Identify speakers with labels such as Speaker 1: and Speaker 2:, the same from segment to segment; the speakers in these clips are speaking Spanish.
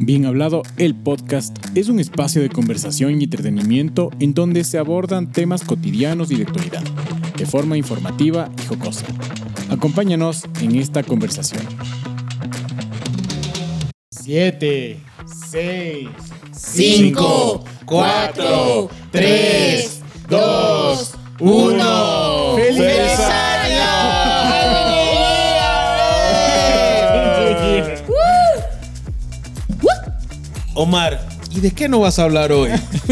Speaker 1: Bien Hablado, el podcast, es un espacio de conversación y entretenimiento en donde se abordan temas cotidianos y de actualidad, de forma informativa y jocosa. Acompáñanos en esta conversación.
Speaker 2: 7, 6,
Speaker 3: Cinco, cuatro, tres, dos, uno.
Speaker 2: ¡Feliz
Speaker 3: año! Omar, ¿y de qué no vas a hablar hoy?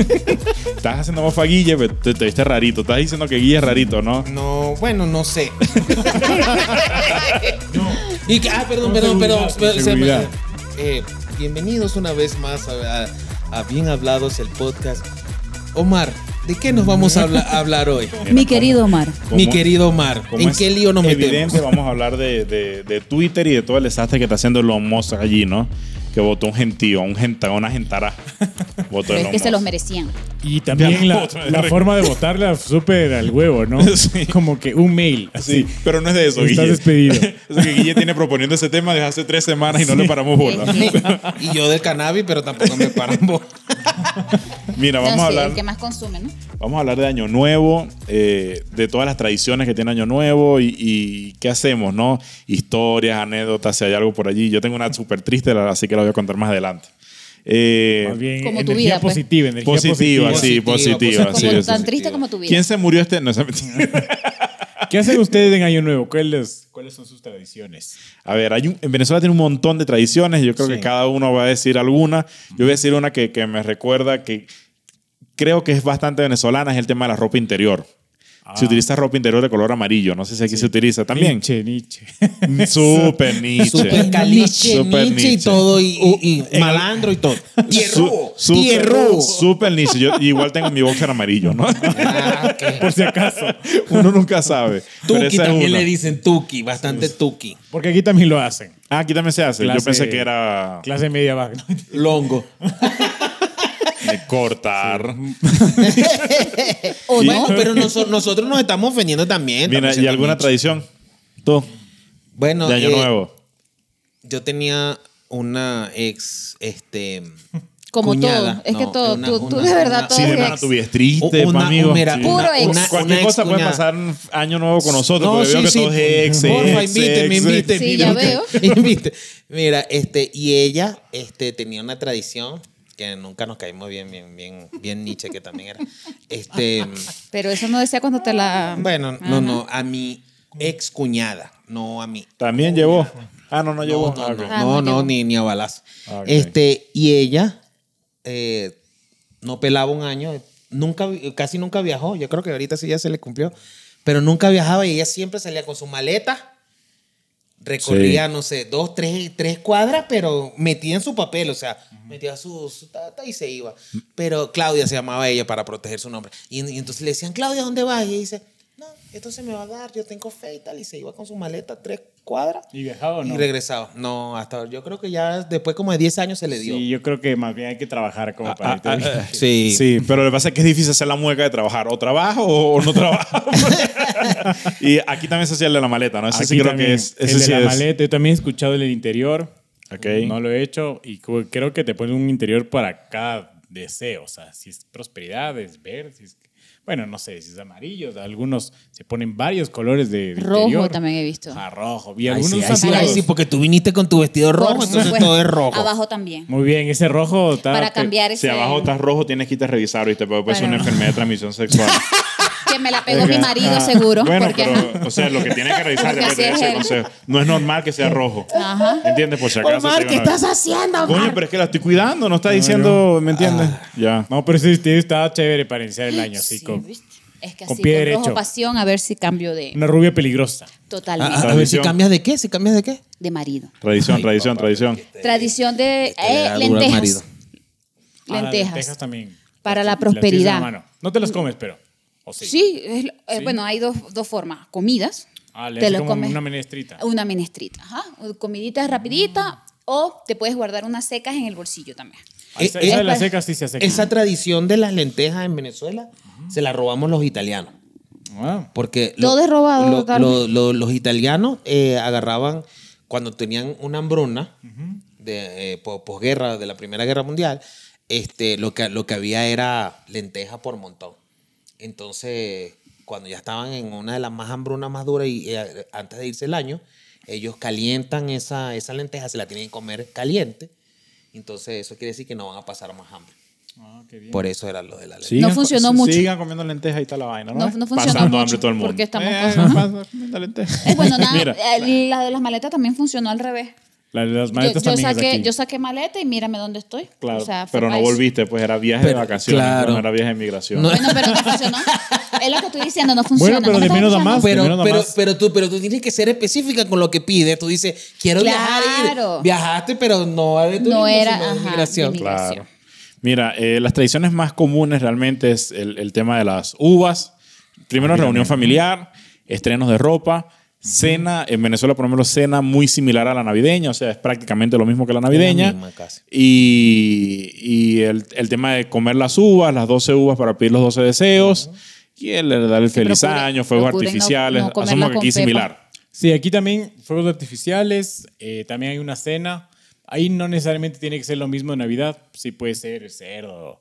Speaker 4: Estás haciendo mofa a Guille, pero te, te viste rarito. Estás diciendo que Guille es rarito, ¿no?
Speaker 3: No, bueno, no sé. Y que- ah, perdón, perdón, perdón.
Speaker 4: seguridad,
Speaker 3: perdón,
Speaker 4: con seguridad.
Speaker 3: eh, bienvenidos una vez más a, a- a Bien Hablados, el podcast. Omar, ¿de qué nos vamos a, habla- a hablar hoy?
Speaker 5: Mi querido Omar.
Speaker 4: ¿Cómo-
Speaker 3: Mi querido Omar,
Speaker 4: cómo
Speaker 3: ¿en
Speaker 4: es
Speaker 3: qué lío nos
Speaker 4: Evidente,
Speaker 3: metemos?
Speaker 4: vamos a hablar de, de- de Twitter y de todo el desastre que está haciendo Elon Musk allí, ¿no? Que votó un gentío, un genta, una gentará. Votó
Speaker 5: Pero es
Speaker 4: Elon
Speaker 5: que se
Speaker 4: Musk.
Speaker 5: los merecían.
Speaker 1: Y también la,
Speaker 4: Otra
Speaker 1: la
Speaker 4: vez.
Speaker 1: forma de votar la súper al huevo, ¿no?
Speaker 4: Sí.
Speaker 1: Como que un mail.
Speaker 4: Sí,
Speaker 1: Así.
Speaker 4: pero no es de eso,
Speaker 1: Estás
Speaker 4: Guille.
Speaker 1: despedido.
Speaker 4: es que Guille tiene proponiendo ese tema desde hace tres semanas y no le paramos bola.
Speaker 5: Es que-
Speaker 3: Y yo del cannabis, pero tampoco me paran bo-
Speaker 4: Mira, vamos
Speaker 5: no
Speaker 4: a
Speaker 5: sé,
Speaker 4: hablar.
Speaker 5: el que más consume, ¿no?
Speaker 4: Vamos a hablar de Año Nuevo, eh, de todas las tradiciones que tiene Año Nuevo y, y qué hacemos, ¿no? Historias, anécdotas, si hay algo por allí. Yo tengo una súper triste, la- así que la voy a contar más adelante. Eh,
Speaker 1: Más bien,
Speaker 5: Como tu
Speaker 1: energía
Speaker 5: vida, pues.
Speaker 1: positiva, energía
Speaker 4: positiva,
Speaker 1: positiva.
Speaker 4: sí,
Speaker 3: Positiva, positiva.
Speaker 4: positiva. sí,
Speaker 5: Como
Speaker 4: sí,
Speaker 5: tan
Speaker 4: sí.
Speaker 5: triste como tu vida.
Speaker 4: ¿Quién se murió este? No, esa mentira.
Speaker 1: ¿Qué hacen ustedes en Año Nuevo? ¿Cuáles, cuáles son sus tradiciones?
Speaker 4: A ver, hay un- en Venezuela tiene un montón de tradiciones. Yo creo
Speaker 1: Sí.
Speaker 4: que cada uno va a decir alguna. Yo voy a decir una que, que me recuerda que creo que es bastante venezolana, es el tema de la ropa interior.
Speaker 1: Ah.
Speaker 4: Se utiliza ropa interior de color amarillo. No sé si aquí se utiliza también.
Speaker 1: Nietzsche, Nietzsche.
Speaker 4: Super Nietzsche.
Speaker 3: Super caliche,
Speaker 4: Super
Speaker 3: niche y
Speaker 4: Nietzsche.
Speaker 3: todo, y, Uh, y- y malandro y todo.
Speaker 4: Su-
Speaker 3: Tierrugo,
Speaker 4: super-
Speaker 3: tierrugo.
Speaker 4: Super Nietzsche. Yo igual tengo mi boxer amarillo, ¿no?
Speaker 3: Ah, ok.
Speaker 1: Por si acaso.
Speaker 4: Uno nunca sabe. Pero
Speaker 3: Tuki
Speaker 4: esa es
Speaker 3: también
Speaker 4: una.
Speaker 3: le dicen Tuki, bastante Tuki.
Speaker 1: Porque aquí también lo hacen.
Speaker 4: Ah, aquí también se hace. Yo
Speaker 1: Clase-
Speaker 4: pensé que era
Speaker 1: Clase media baja. ¿no?
Speaker 3: Longo.
Speaker 4: de cortar.
Speaker 5: ¿O
Speaker 3: Bueno,
Speaker 5: no?
Speaker 3: pero noso- nosotros nos estamos ofendiendo también. estamos
Speaker 4: Mira, ¿y
Speaker 3: siendo
Speaker 4: alguna
Speaker 3: niche.
Speaker 4: tradición? Tú,
Speaker 3: Bueno,
Speaker 4: de Año
Speaker 3: eh,
Speaker 4: Nuevo.
Speaker 3: Yo tenía una ex, este...
Speaker 5: Como
Speaker 3: cuñada.
Speaker 5: todo, es que
Speaker 3: No,
Speaker 5: todo,
Speaker 3: una-
Speaker 5: tú, tú
Speaker 3: una-
Speaker 5: de verdad
Speaker 3: una-
Speaker 5: todo
Speaker 4: Sí,
Speaker 5: es
Speaker 4: de mano
Speaker 5: ex.
Speaker 4: tu vida es triste,
Speaker 3: Una-
Speaker 4: pa, amigo.
Speaker 3: mira,
Speaker 4: Sí.
Speaker 5: Puro
Speaker 3: una-
Speaker 5: ex.
Speaker 3: una-
Speaker 4: Cualquier
Speaker 3: una
Speaker 4: cosa puede
Speaker 3: excuñada.
Speaker 4: pasar un año nuevo con nosotros,
Speaker 3: No,
Speaker 4: porque
Speaker 3: sí,
Speaker 4: veo que
Speaker 3: sí.
Speaker 4: todo es ex,
Speaker 3: Porfa,
Speaker 4: ex,
Speaker 3: invíteme,
Speaker 4: ex,
Speaker 3: invíteme.
Speaker 4: ex.
Speaker 5: Sí, ya veo.
Speaker 3: Invite. Mira, este, y ella este, tenía una tradición que nunca nos caímos bien, bien, bien, bien Nietzsche, que también era. Este,
Speaker 5: Pero eso no decía cuando te la.
Speaker 3: bueno,
Speaker 5: Ajá.
Speaker 3: no, no, a mi ex cuñada, no a mi.
Speaker 4: También llevó. Ah, no, no llevó.
Speaker 3: No, no, no,
Speaker 4: Ah, ok.
Speaker 5: Ah,
Speaker 3: no,
Speaker 5: no
Speaker 3: no,
Speaker 5: llevó.
Speaker 3: ni, ni a balazo.
Speaker 4: Ah, ok.
Speaker 3: Este, y ella eh, no pelaba un año, nunca, vi- casi nunca viajó. Yo creo que ahorita sí ya se le cumplió, pero nunca viajaba y ella siempre salía con su maleta. Recorría, no sé, dos, tres, tres cuadras, pero metía en su papel, o sea, metía su, su tata y se iba. Pero Claudia se llamaba ella para proteger su nombre. Y, y entonces le decían, Claudia, ¿dónde vas? Y ella dice, no, esto se me va a dar, yo tengo fe y tal. Y se iba con su maleta tres cuadras
Speaker 1: ¿Y viajado o
Speaker 3: y
Speaker 1: no?
Speaker 3: regresado. No, hasta ahora. yo creo que ya después como de 10 años se le dio.
Speaker 1: Sí, yo creo que más bien hay que trabajar como para irte bien.
Speaker 3: Sí.
Speaker 4: Sí, pero lo que pasa es que es difícil hacer la mueca de trabajar. O trabajo o no trabajo. y aquí también se hacía el de la maleta, ¿no? Ese sí
Speaker 1: Aquí
Speaker 4: creo
Speaker 1: también,
Speaker 4: que es. Ese
Speaker 1: el de
Speaker 4: sí
Speaker 1: la
Speaker 4: es.
Speaker 1: maleta, yo también he escuchado el del interior.
Speaker 4: Ok.
Speaker 1: No lo he hecho. Y cu- creo que te ponen un interior para cada deseo. O sea, si es prosperidad, es verde. si es- bueno, no sé, si es amarillo. Algunos se ponen varios colores de, de
Speaker 5: Rojo
Speaker 1: interior.
Speaker 5: también he visto.
Speaker 1: Ah, rojo. Y
Speaker 3: Ay,
Speaker 1: algunos
Speaker 3: sí, ay, sí,
Speaker 1: usan
Speaker 3: ay,
Speaker 1: todos.
Speaker 3: sí, porque tú viniste con tu vestido rojo,
Speaker 5: Por
Speaker 3: entonces
Speaker 5: supuesto.
Speaker 3: todo es rojo.
Speaker 5: Abajo también.
Speaker 1: Muy bien, ese rojo está-
Speaker 5: Para
Speaker 1: te-
Speaker 5: cambiar
Speaker 4: Si
Speaker 5: ese.
Speaker 4: abajo estás rojo, tienes que irte a revisar, ¿viste? Porque puede ser
Speaker 5: Para-
Speaker 4: una enfermedad de transmisión sexual.
Speaker 5: Que me la pegó mi
Speaker 4: Oiga,
Speaker 5: marido,
Speaker 4: ah,
Speaker 5: seguro.
Speaker 4: Bueno,
Speaker 5: porque,
Speaker 4: pero,
Speaker 5: ajá.
Speaker 4: o sea, lo que tienes que revisar
Speaker 5: Porque
Speaker 4: después de
Speaker 5: así es
Speaker 4: ese
Speaker 5: él.
Speaker 4: consejo. No es normal que sea rojo.
Speaker 5: Ajá.
Speaker 4: ¿Entiendes? Por si acaso.
Speaker 3: Omar,
Speaker 4: te
Speaker 3: ¿qué
Speaker 4: digo una
Speaker 3: estás
Speaker 4: vez.
Speaker 3: haciendo,
Speaker 4: Coño,
Speaker 3: Omar?
Speaker 4: pero es que la estoy cuidando, no está diciendo, ¿me entiendes? Ya.
Speaker 1: Ah. No, pero ese vestido estaba chévere para iniciar el año. Así
Speaker 5: Sí,
Speaker 1: con
Speaker 5: ¿viste? Es que
Speaker 1: con
Speaker 5: así,
Speaker 1: pie
Speaker 5: con
Speaker 1: derecho.
Speaker 5: rojo pasión, a ver si cambio de.
Speaker 1: una rubia peligrosa.
Speaker 5: Totalmente.
Speaker 3: A, a- a ver si
Speaker 4: Tradición.
Speaker 3: cambias de qué, si cambias de qué.
Speaker 5: De marido.
Speaker 4: Tradición, tradición, tradición.
Speaker 5: Tradición de.
Speaker 3: te le
Speaker 5: eh,
Speaker 3: da duro al marido.
Speaker 5: lentejas.
Speaker 1: Ah, las
Speaker 5: Lentejas.
Speaker 1: también.
Speaker 5: Para la
Speaker 1: Las tienes en
Speaker 5: prosperidad.
Speaker 1: mano. No te las comes, pero. ¿o sí?
Speaker 5: Sí, es lo- eh, bueno, hay dos, dos formas. Comidas.
Speaker 1: Ah, le
Speaker 5: te
Speaker 1: haces
Speaker 5: lo
Speaker 1: como
Speaker 5: comes. Uh,
Speaker 1: una menestrita.
Speaker 5: Una minestrita, ajá. O Comidita
Speaker 4: Mm.
Speaker 5: rapidita o te puedes guardar unas secas en el bolsillo también.
Speaker 1: Ah, esa,
Speaker 3: Eh,
Speaker 1: esa de
Speaker 5: eh,
Speaker 1: las secas sí se hace.
Speaker 3: Esa tradición de las lentejas en Venezuela se la robamos los italianos.
Speaker 1: Ah.
Speaker 3: Porque
Speaker 5: Todo es robado,
Speaker 3: lo-
Speaker 5: total.
Speaker 3: lo- lo- los italianos eh, agarraban cuando tenían una hambruna de eh, po- posguerra, de la Primera Guerra Mundial, este, lo, que, lo que había era lenteja por montón. Entonces, cuando ya estaban en una de las más hambrunas más duras y eh, antes de irse el año, ellos calientan esa, esa lenteja, se la tienen que comer caliente. Entonces, eso quiere decir que no van a pasar más hambre.
Speaker 2: Ah, qué bien.
Speaker 3: Por eso era lo de la lenteja.
Speaker 5: Sigan- funcionó sigan mucho.
Speaker 2: Sigan comiendo lentejas y está la vaina,
Speaker 5: No,
Speaker 2: ¿no?
Speaker 5: no funciona
Speaker 4: Pasando
Speaker 5: mucho
Speaker 4: hambre todo el mundo.
Speaker 5: Porque estamos
Speaker 2: Eh,
Speaker 5: cosas.
Speaker 2: pasa, comiendo lentejas.
Speaker 5: Eh, bueno, nada,
Speaker 4: Mira.
Speaker 5: eh, la de las maletas también funcionó al revés.
Speaker 4: La- las
Speaker 5: Yo-
Speaker 4: maletas
Speaker 5: yo,
Speaker 4: también es
Speaker 5: saqué,
Speaker 4: aquí.
Speaker 5: yo saqué maleta y mírame dónde estoy.
Speaker 4: Claro,
Speaker 5: O sea, fue
Speaker 4: pero
Speaker 5: pa'
Speaker 4: no
Speaker 5: eso.
Speaker 4: volviste, pues era viaje de
Speaker 3: Pero,
Speaker 4: vacaciones,
Speaker 3: claro.
Speaker 4: no era viaje de migración.
Speaker 3: No,
Speaker 5: Bueno, pero no funcionó. Es lo que estoy diciendo, no funciona.
Speaker 1: Bueno, pero
Speaker 5: no me
Speaker 1: de
Speaker 5: está
Speaker 1: menos a
Speaker 5: funcionando.
Speaker 1: más. Primero
Speaker 3: Pero,
Speaker 1: nada
Speaker 3: pero,
Speaker 1: más.
Speaker 3: pero, tú, pero tú tienes que ser específica con lo que pides. Tú dices, quiero viajar.
Speaker 5: Claro.
Speaker 3: Ir. Viajaste, pero no de turismo,
Speaker 5: No era
Speaker 3: sino de
Speaker 5: ajá,
Speaker 3: migración.
Speaker 5: de
Speaker 4: Claro.
Speaker 5: migración.
Speaker 4: Mira, eh, las tradiciones más comunes realmente es el, el tema de las uvas. Primero, reunión familiar, estrenos de ropa, cena. En Venezuela, por lo menos, cena muy similar a la navideña, o sea, es prácticamente lo mismo que la navideña.
Speaker 3: misma casi.
Speaker 4: Y, y el, el tema de comer las uvas, las 12 uvas para pedir los 12 deseos. Y el, el- el feliz
Speaker 5: procuren-
Speaker 4: año, fuegos
Speaker 5: procuren no-
Speaker 4: artificiales.
Speaker 5: no comerla
Speaker 4: Asumo que
Speaker 5: con
Speaker 4: aquí
Speaker 5: pepa.
Speaker 4: similar.
Speaker 1: Sí, aquí también fuegos artificiales, eh, también hay una cena. Ahí no necesariamente tiene que ser lo mismo de Navidad, sí puede ser cerdo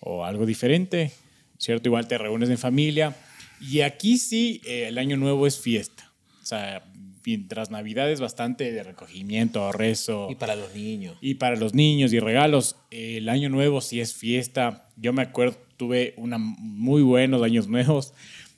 Speaker 1: o algo diferente, ¿cierto? Igual te reúnes en familia. Y aquí sí, eh, el año nuevo es fiesta. O sea, mientras Navidad es bastante de recogimiento, rezo.
Speaker 3: Y para los niños.
Speaker 1: Y para los niños y regalos, el año nuevo sí es fiesta. Yo me acuerdo, tuve una muy buenos años nuevos,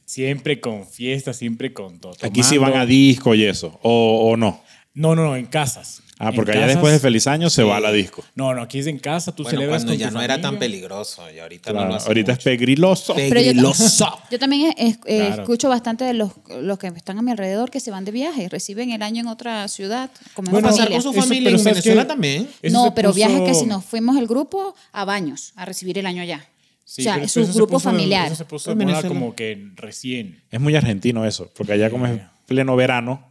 Speaker 1: siempre con fiesta, siempre con todo.
Speaker 4: Aquí sí van a disco y eso, o, o no.
Speaker 1: No, no, no, en casas.
Speaker 4: Ah,
Speaker 1: En
Speaker 4: porque allá
Speaker 1: casas-
Speaker 4: después de feliz año se va a la disco.
Speaker 1: No, no, aquí es en casa, tú
Speaker 3: Bueno,
Speaker 1: celebras
Speaker 3: cuando
Speaker 1: con
Speaker 3: ya
Speaker 1: tu
Speaker 3: no era tan
Speaker 1: familia.
Speaker 3: peligroso. Y ahorita
Speaker 4: Claro,
Speaker 3: no lo hace
Speaker 4: ahorita es
Speaker 3: mucho.
Speaker 4: pegriloso.
Speaker 5: Pero yo-
Speaker 3: Pegriloso.
Speaker 5: Yo también es- eh,
Speaker 1: Claro.
Speaker 5: escucho bastante de los, los que están a mi alrededor que se van de viaje, reciben el año en otra ciudad, como
Speaker 3: Bueno,
Speaker 5: en
Speaker 3: pasar
Speaker 5: familia.
Speaker 3: con su
Speaker 1: eso,
Speaker 3: familia
Speaker 1: pero
Speaker 3: en
Speaker 1: ¿sabes
Speaker 3: Venezuela
Speaker 1: qué?
Speaker 3: también.
Speaker 1: Eso se
Speaker 5: No, pero
Speaker 1: puso-
Speaker 5: viajes que si nos fuimos el grupo a baños a recibir el año allá.
Speaker 1: Sí,
Speaker 5: o sea,
Speaker 1: pero
Speaker 5: su
Speaker 1: eso se
Speaker 5: grupo
Speaker 1: puso de-
Speaker 5: familiar.
Speaker 1: Eso se puso de
Speaker 3: En
Speaker 1: moda
Speaker 3: Venezuela.
Speaker 1: como que recién.
Speaker 4: Es muy argentino eso, porque allá como es pleno verano,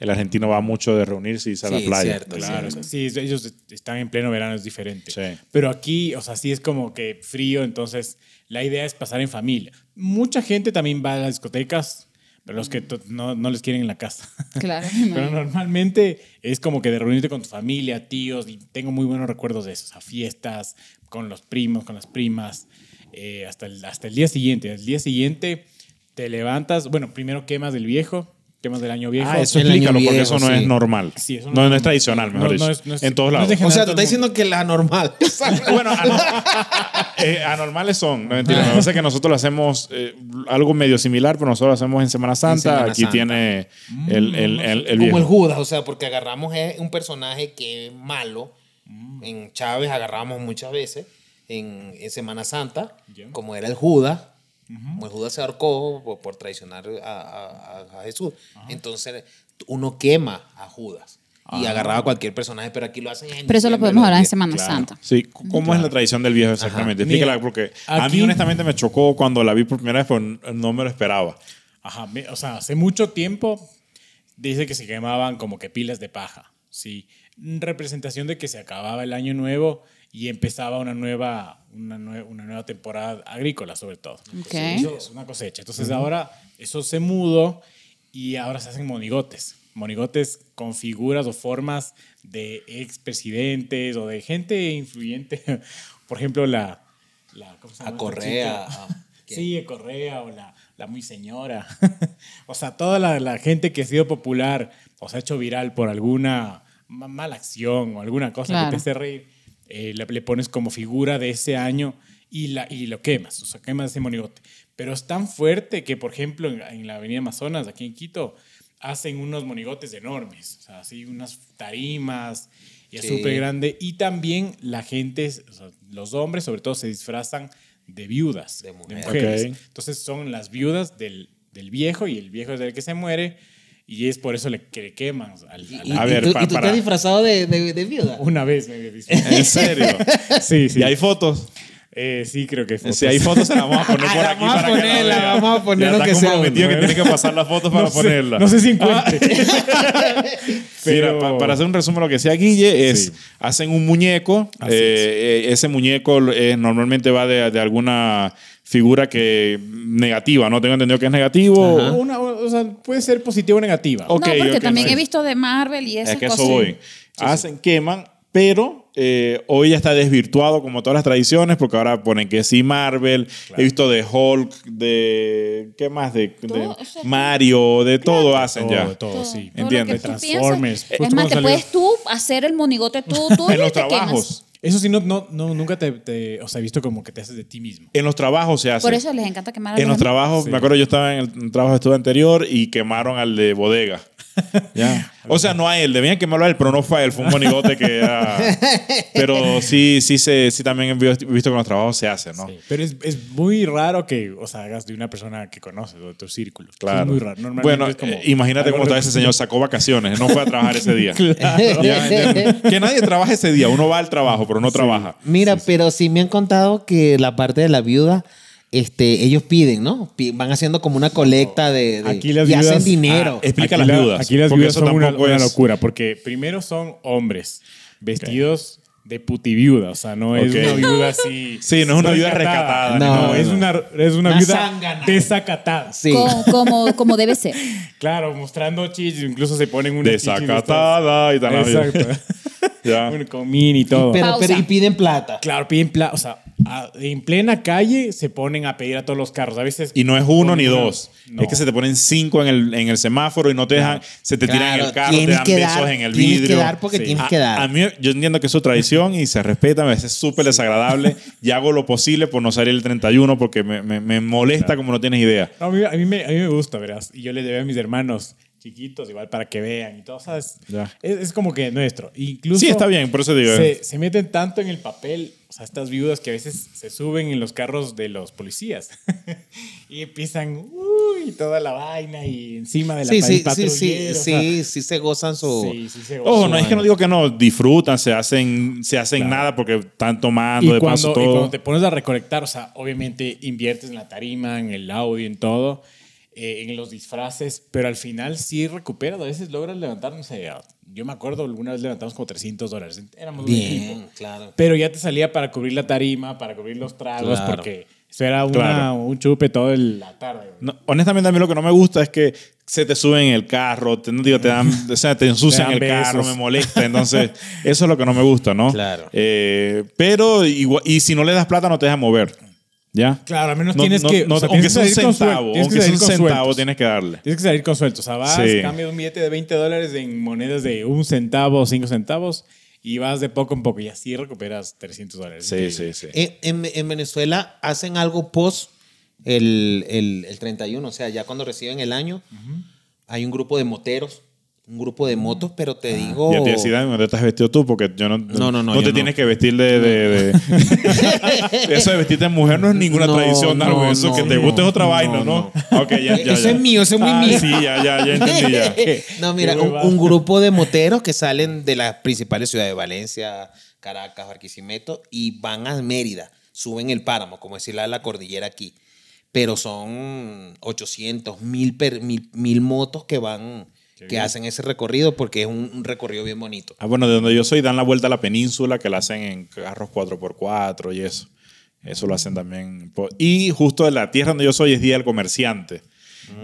Speaker 4: el argentino va mucho de reunirse y irse a la
Speaker 3: Sí,
Speaker 4: playa.
Speaker 3: cierto,
Speaker 1: Claro,
Speaker 3: cierto.
Speaker 1: sí, es- ellos están en pleno verano, es diferente.
Speaker 4: Sí.
Speaker 1: Pero aquí, o sea, sí es como que frío, entonces la idea es pasar en familia. Mucha gente también va a las discotecas, pero los que to- no, no les quieren en la casa.
Speaker 5: Claro.
Speaker 1: Pero normalmente es como que de reunirte con tu familia, tíos, y tengo muy buenos recuerdos de eso, o sea, fiestas con los primos, con las primas, eh, hasta, el, hasta el día siguiente. El día siguiente te levantas, bueno, primero quemas del viejo, quemas del año viejo.
Speaker 4: Ah, eso
Speaker 3: El año
Speaker 4: explícalo, porque
Speaker 3: viejo,
Speaker 4: eso no
Speaker 3: sí.
Speaker 4: es normal.
Speaker 1: Sí, eso
Speaker 4: no,
Speaker 1: no
Speaker 4: no
Speaker 1: es
Speaker 4: es,
Speaker 1: normal.
Speaker 4: tradicional, mejor
Speaker 1: No, no
Speaker 4: dicho.
Speaker 1: es- no es-
Speaker 4: en todos
Speaker 1: no es
Speaker 4: lados.
Speaker 1: de
Speaker 3: O
Speaker 1: Todo
Speaker 3: sea, tú
Speaker 1: el
Speaker 3: estás diciendo que la normal.
Speaker 4: Bueno, ano- eh, anormales son, no mentira. Lo que pasa es que nosotros lo hacemos eh, algo medio similar, pero nosotros lo hacemos en Semana Santa.
Speaker 3: Semana
Speaker 4: Aquí
Speaker 3: Santa.
Speaker 4: tiene el, el, el, el
Speaker 3: Como el
Speaker 4: viejo.
Speaker 3: Judas, o sea, porque agarramos eh, un personaje que es malo.
Speaker 4: Mm.
Speaker 3: En Chávez agarramos muchas veces. En, en Semana Santa, como era el Judas, como el Judas se ahorcó por, por traicionar a, a- a- a Jesús. Entonces, uno quema a Judas
Speaker 4: Ah.
Speaker 3: y agarraba a cualquier personaje, pero aquí lo hacen en
Speaker 5: Pero eso lo
Speaker 3: diciembre,
Speaker 5: podemos hablar en
Speaker 3: los días.
Speaker 5: Semana
Speaker 4: Claro.
Speaker 5: Santa.
Speaker 4: Sí, c- ¿cómo es la tradición del viejo exactamente?
Speaker 1: Ajá.
Speaker 4: Explícala,
Speaker 1: Mira,
Speaker 4: porque a mí
Speaker 1: aquí-
Speaker 4: honestamente me chocó cuando la vi por primera vez, porque no me lo esperaba.
Speaker 1: Ajá, me- o sea, hace mucho tiempo dice que se quemaban como que pilas de paja, sí. Representación de que se acababa el año nuevo y empezaba una nueva, una, nue- una nueva temporada agrícola, sobre todo.
Speaker 5: Mm, Ok.
Speaker 1: Eso es una cosecha. Entonces ahora eso se mudó y ahora se hacen monigotes. Monigotes con figuras o formas de expresidentes o de gente influyente. Por ejemplo, la... la ¿cómo se
Speaker 3: A
Speaker 1: llama esta
Speaker 3: Correa.
Speaker 1: chica?
Speaker 3: a- ¿quién?
Speaker 1: Sí, de Correa o la, la muy señora. o sea, toda la, la gente que ha sido popular o se ha hecho viral por alguna ma- mala acción o alguna cosa
Speaker 5: Claro.
Speaker 1: que te hace reír, eh, le, le pones como figura de ese año y, la, y lo quemas, o sea, quemas ese monigote. Pero es tan fuerte que, por ejemplo, en, en la Avenida Amazonas, aquí en Quito, hacen unos monigotes enormes, o sea, así unas tarimas y es
Speaker 3: Sí.
Speaker 1: súper grande. Y también la gente, o sea, los hombres sobre todo, se disfrazan de viudas,
Speaker 3: De
Speaker 1: de
Speaker 3: mujeres.
Speaker 1: mujeres.
Speaker 4: Ok.
Speaker 1: Entonces son las viudas del, del viejo y el viejo es el que se muere y es por eso le, que le queman. al-
Speaker 3: Y,
Speaker 1: al-
Speaker 3: y-
Speaker 4: A ver,
Speaker 3: y tú,
Speaker 4: pa-
Speaker 3: y tú te
Speaker 4: para.
Speaker 3: has disfrazado de, de- de viuda.
Speaker 1: una vez me disfrazé.
Speaker 4: En serio.
Speaker 1: Sí, sí.
Speaker 4: Y hay fotos.
Speaker 1: Eh, sí, creo que fue.
Speaker 4: Si hay fotos, se las vamos a poner por
Speaker 3: La
Speaker 4: aquí.
Speaker 3: vamos a
Speaker 4: para que la
Speaker 3: ponerla,
Speaker 4: vean.
Speaker 3: vamos a poner
Speaker 4: Ya
Speaker 3: lo
Speaker 4: está
Speaker 3: que sea,
Speaker 4: comprometido
Speaker 1: ¿no?
Speaker 4: que tiene que pasar las fotos para
Speaker 1: no sé,
Speaker 4: ponerla. Ah.
Speaker 1: No sé si encuentre.
Speaker 4: Mira,
Speaker 1: pero-
Speaker 4: pa- para hacer un resumen, lo que sea Guille es:
Speaker 1: Sí.
Speaker 4: hacen un muñeco.
Speaker 1: Así
Speaker 4: eh, eh, ese muñeco eh, normalmente va de, de alguna figura que negativa, ¿no? Tengo entendido que es negativo.
Speaker 3: Ajá.
Speaker 4: o-
Speaker 1: Una- o sea, puede ser positiva o negativa.
Speaker 4: Ok,
Speaker 5: no, porque
Speaker 4: ok,
Speaker 5: pues también
Speaker 4: sí.
Speaker 5: he visto de Marvel y esas
Speaker 4: Es que
Speaker 5: cosas.
Speaker 4: eso voy. Hacen, queman, pero eh, hoy ya está desvirtuado como todas las tradiciones, porque ahora ponen que sí Marvel, he visto de Hulk, de. ¿Qué más? De, de
Speaker 5: Todo, o sea,
Speaker 4: Mario, de todo hacen
Speaker 1: Todo,
Speaker 4: ya.
Speaker 1: de todo,
Speaker 5: Todo,
Speaker 1: sí.
Speaker 5: todo lo
Speaker 4: Entiendes.
Speaker 5: que tú piensas.
Speaker 1: Transformers.
Speaker 5: Es
Speaker 1: Justo
Speaker 5: más,
Speaker 1: cuando
Speaker 5: te
Speaker 1: salió.
Speaker 5: puedes tú hacer el monigote tú, tú
Speaker 4: En
Speaker 5: y
Speaker 4: los
Speaker 5: te quemas.
Speaker 4: trabajos.
Speaker 1: Eso sí, no, no, no- nunca te, te- O sea, he visto como que te haces de ti mismo.
Speaker 4: En los trabajos se hace.
Speaker 5: Por eso les encanta quemar a
Speaker 4: En los
Speaker 5: los demás.
Speaker 4: trabajos,
Speaker 1: Sí.
Speaker 4: me acuerdo, yo estaba en el trabajo de estudio anterior y quemaron al de bodega. ya. O sea, no a él, debían quemarlo a él, pero no fue a él, fue un monigote que era. Pero sí, sí, se, sí también he vi- visto que en los trabajos se hace, ¿no?
Speaker 1: Sí. Pero es, es muy raro que, o sea, hagas de una persona que conoces o de tu círculo. Eso
Speaker 4: Claro.
Speaker 1: Es muy raro. Normalmente
Speaker 4: bueno,
Speaker 1: es como-
Speaker 4: eh, imagínate cómo estaba ese señor, sacó vacaciones, no fue a trabajar ese día. que nadie trabaja ese día, uno va al trabajo, pero no trabaja.
Speaker 3: Mira, pero sí me han contado que la parte de la viuda, este, ellos piden, ¿no? Pi- Van haciendo como una colecta de, de-
Speaker 1: Aquí las
Speaker 3: y hacen
Speaker 1: viudas-
Speaker 3: dinero.
Speaker 4: Ah, Explica
Speaker 1: Aquí
Speaker 4: las
Speaker 1: la-
Speaker 4: viudas,
Speaker 1: Aquí las
Speaker 4: porque
Speaker 1: viudas
Speaker 4: eso
Speaker 1: son una,
Speaker 4: tampoco
Speaker 1: una
Speaker 4: es-
Speaker 1: locura, porque primero son hombres vestidos de putiviuda, o sea, no es
Speaker 4: Ok.
Speaker 1: una viuda así.
Speaker 4: Sí, no es una viuda rescatada,
Speaker 1: No,
Speaker 3: ni nada.
Speaker 1: es una, es una,
Speaker 3: Una
Speaker 1: viuda
Speaker 3: zángana.
Speaker 1: desacatada.
Speaker 3: sí.
Speaker 5: Co- Como, como debe ser.
Speaker 1: Claro, mostrando chichis, incluso se ponen una
Speaker 4: Desacatada y tal.
Speaker 1: Exacto.
Speaker 4: Ya.
Speaker 1: Un comín y todo.
Speaker 3: Pero,
Speaker 5: Pausa.
Speaker 3: pero- y piden plata.
Speaker 1: Claro, piden pla- o sea, a- en plena calle se ponen a pedir a todos los carros. A veces
Speaker 4: Y no es uno ni
Speaker 1: ponen una-
Speaker 4: dos.
Speaker 1: No.
Speaker 4: Es que se te ponen cinco en el, en el semáforo y no te dejan, se te tiran en el
Speaker 3: Claro,
Speaker 4: carro, te
Speaker 3: tienes
Speaker 4: dan
Speaker 3: que
Speaker 4: besos
Speaker 3: dar-
Speaker 4: en el
Speaker 3: tienes que
Speaker 4: vidrio.
Speaker 3: dar porque tienes
Speaker 4: A-
Speaker 3: que dar.
Speaker 4: A mí, yo entiendo que eso es tradición y se respeta, a veces es súper desagradable y hago lo posible por no salir el 31 porque me, me- me molesta como no tienes idea.
Speaker 1: No, a, mí, a mí me, a mí me gusta, verás. Y yo les llevé a mis hermanos chiquitos, igual para que vean y todo, ¿sabes?
Speaker 4: Ya.
Speaker 1: Es, es como que nuestro. Incluso
Speaker 4: Sí, está bien, por eso digo.
Speaker 1: Se, se meten tanto en el papel, o sea, estas viudas que a veces se suben en los carros de los policías y empiezan, uy, toda la vaina y encima de la
Speaker 3: Sí,
Speaker 1: pa-
Speaker 3: sí, sí, sí,
Speaker 1: patrullero, o sea,
Speaker 3: sí, sí se gozan su...
Speaker 1: sí, sí se
Speaker 4: Ojo,
Speaker 1: gozan.
Speaker 4: Oh, no es que no digo que no, disfrutan, se hacen, se hacen nada porque están tomando
Speaker 1: y
Speaker 4: de
Speaker 1: cuando,
Speaker 4: paso
Speaker 1: y
Speaker 4: todo.
Speaker 1: cuando te pones a recolectar, o sea, obviamente inviertes en la tarima, en el audio, en todo, eh, en los disfraces, pero al final sí recuperas, a veces logras levantar, no sé, ah, yo me acuerdo alguna vez levantamos como 300 dólares, éramos un equipo,
Speaker 3: Bien, claro.
Speaker 1: pero ya te salía para cubrir la tarima, para cubrir los tragos,
Speaker 3: Claro.
Speaker 1: porque eso era una-
Speaker 4: Claro.
Speaker 1: un chupe toda la tarde. güey.
Speaker 4: No, honestamente, a mí lo que no me gusta es que se te suben en el carro, te, no digo, te dan, o sea, te ensucian
Speaker 1: Te dan
Speaker 4: el carro,
Speaker 1: besos.
Speaker 4: me molesta. Entonces, eso es lo que no me gusta, ¿no?
Speaker 3: Claro.
Speaker 4: Eh, pero, igual- y si no le das plata, no te deja mover. ¿Ya?
Speaker 1: Claro, al menos
Speaker 4: No-
Speaker 1: tienes
Speaker 4: no-
Speaker 1: que...
Speaker 4: no,
Speaker 1: o sea,
Speaker 4: aunque
Speaker 1: tienes
Speaker 4: sea
Speaker 1: que
Speaker 4: un
Speaker 1: salir con suel-
Speaker 4: centavo,
Speaker 1: tienes que
Speaker 4: aunque sea
Speaker 1: salir
Speaker 4: un
Speaker 1: con
Speaker 4: centavo,
Speaker 1: sueltos.
Speaker 4: tienes que darle.
Speaker 1: Tienes que salir con sueltos. O sea, vas,
Speaker 4: Sí.
Speaker 1: cambias un billete de 20 dólares en monedas de un centavo, cinco centavos y vas de poco en poco y así recuperas 300 dólares.
Speaker 4: Sí, sí, sí.
Speaker 3: En, en- en Venezuela hacen algo post el, el- el 31, o sea, ya cuando reciben el año, hay un grupo de moteros, un grupo
Speaker 1: Mm.
Speaker 3: de motos, pero
Speaker 1: Ah,
Speaker 3: te digo...
Speaker 4: Y a ti
Speaker 1: Oh.
Speaker 4: así, Dani, ¿dónde estás vestido tú? Porque yo no...
Speaker 3: No, no, no,
Speaker 4: No
Speaker 3: yo
Speaker 4: te
Speaker 3: no.
Speaker 4: tienes que vestir de... de- de- eso de vestirte de mujer no es ninguna
Speaker 3: No,
Speaker 4: tradición,
Speaker 3: no,
Speaker 4: Darwin. Eso
Speaker 3: no,
Speaker 4: que te
Speaker 3: no,
Speaker 4: gusta es otra
Speaker 3: no,
Speaker 4: vaina, ¿no? Ok, ya, ya,
Speaker 3: Eso
Speaker 4: ya.
Speaker 3: es mío, eso es muy
Speaker 4: Ah,
Speaker 3: mío.
Speaker 4: Sí, ya, ya, ya entendí ya.
Speaker 3: no, mira,
Speaker 1: qué
Speaker 3: un,
Speaker 1: huevada.
Speaker 3: un grupo de moteros que salen de las principales ciudades de Valencia, Caracas, Barquisimeto y van a Mérida, suben el páramo, como decir la, la cordillera aquí. Pero son 800, mil, per- mil, mil motos que van, que hacen ese recorrido porque es un, un recorrido bien bonito.
Speaker 4: Ah, bueno, de donde yo soy dan la vuelta a la península que la hacen en carros 4x4 y eso. Eso lo hacen también. po- Y justo en la tierra donde yo soy es Día del Comerciante.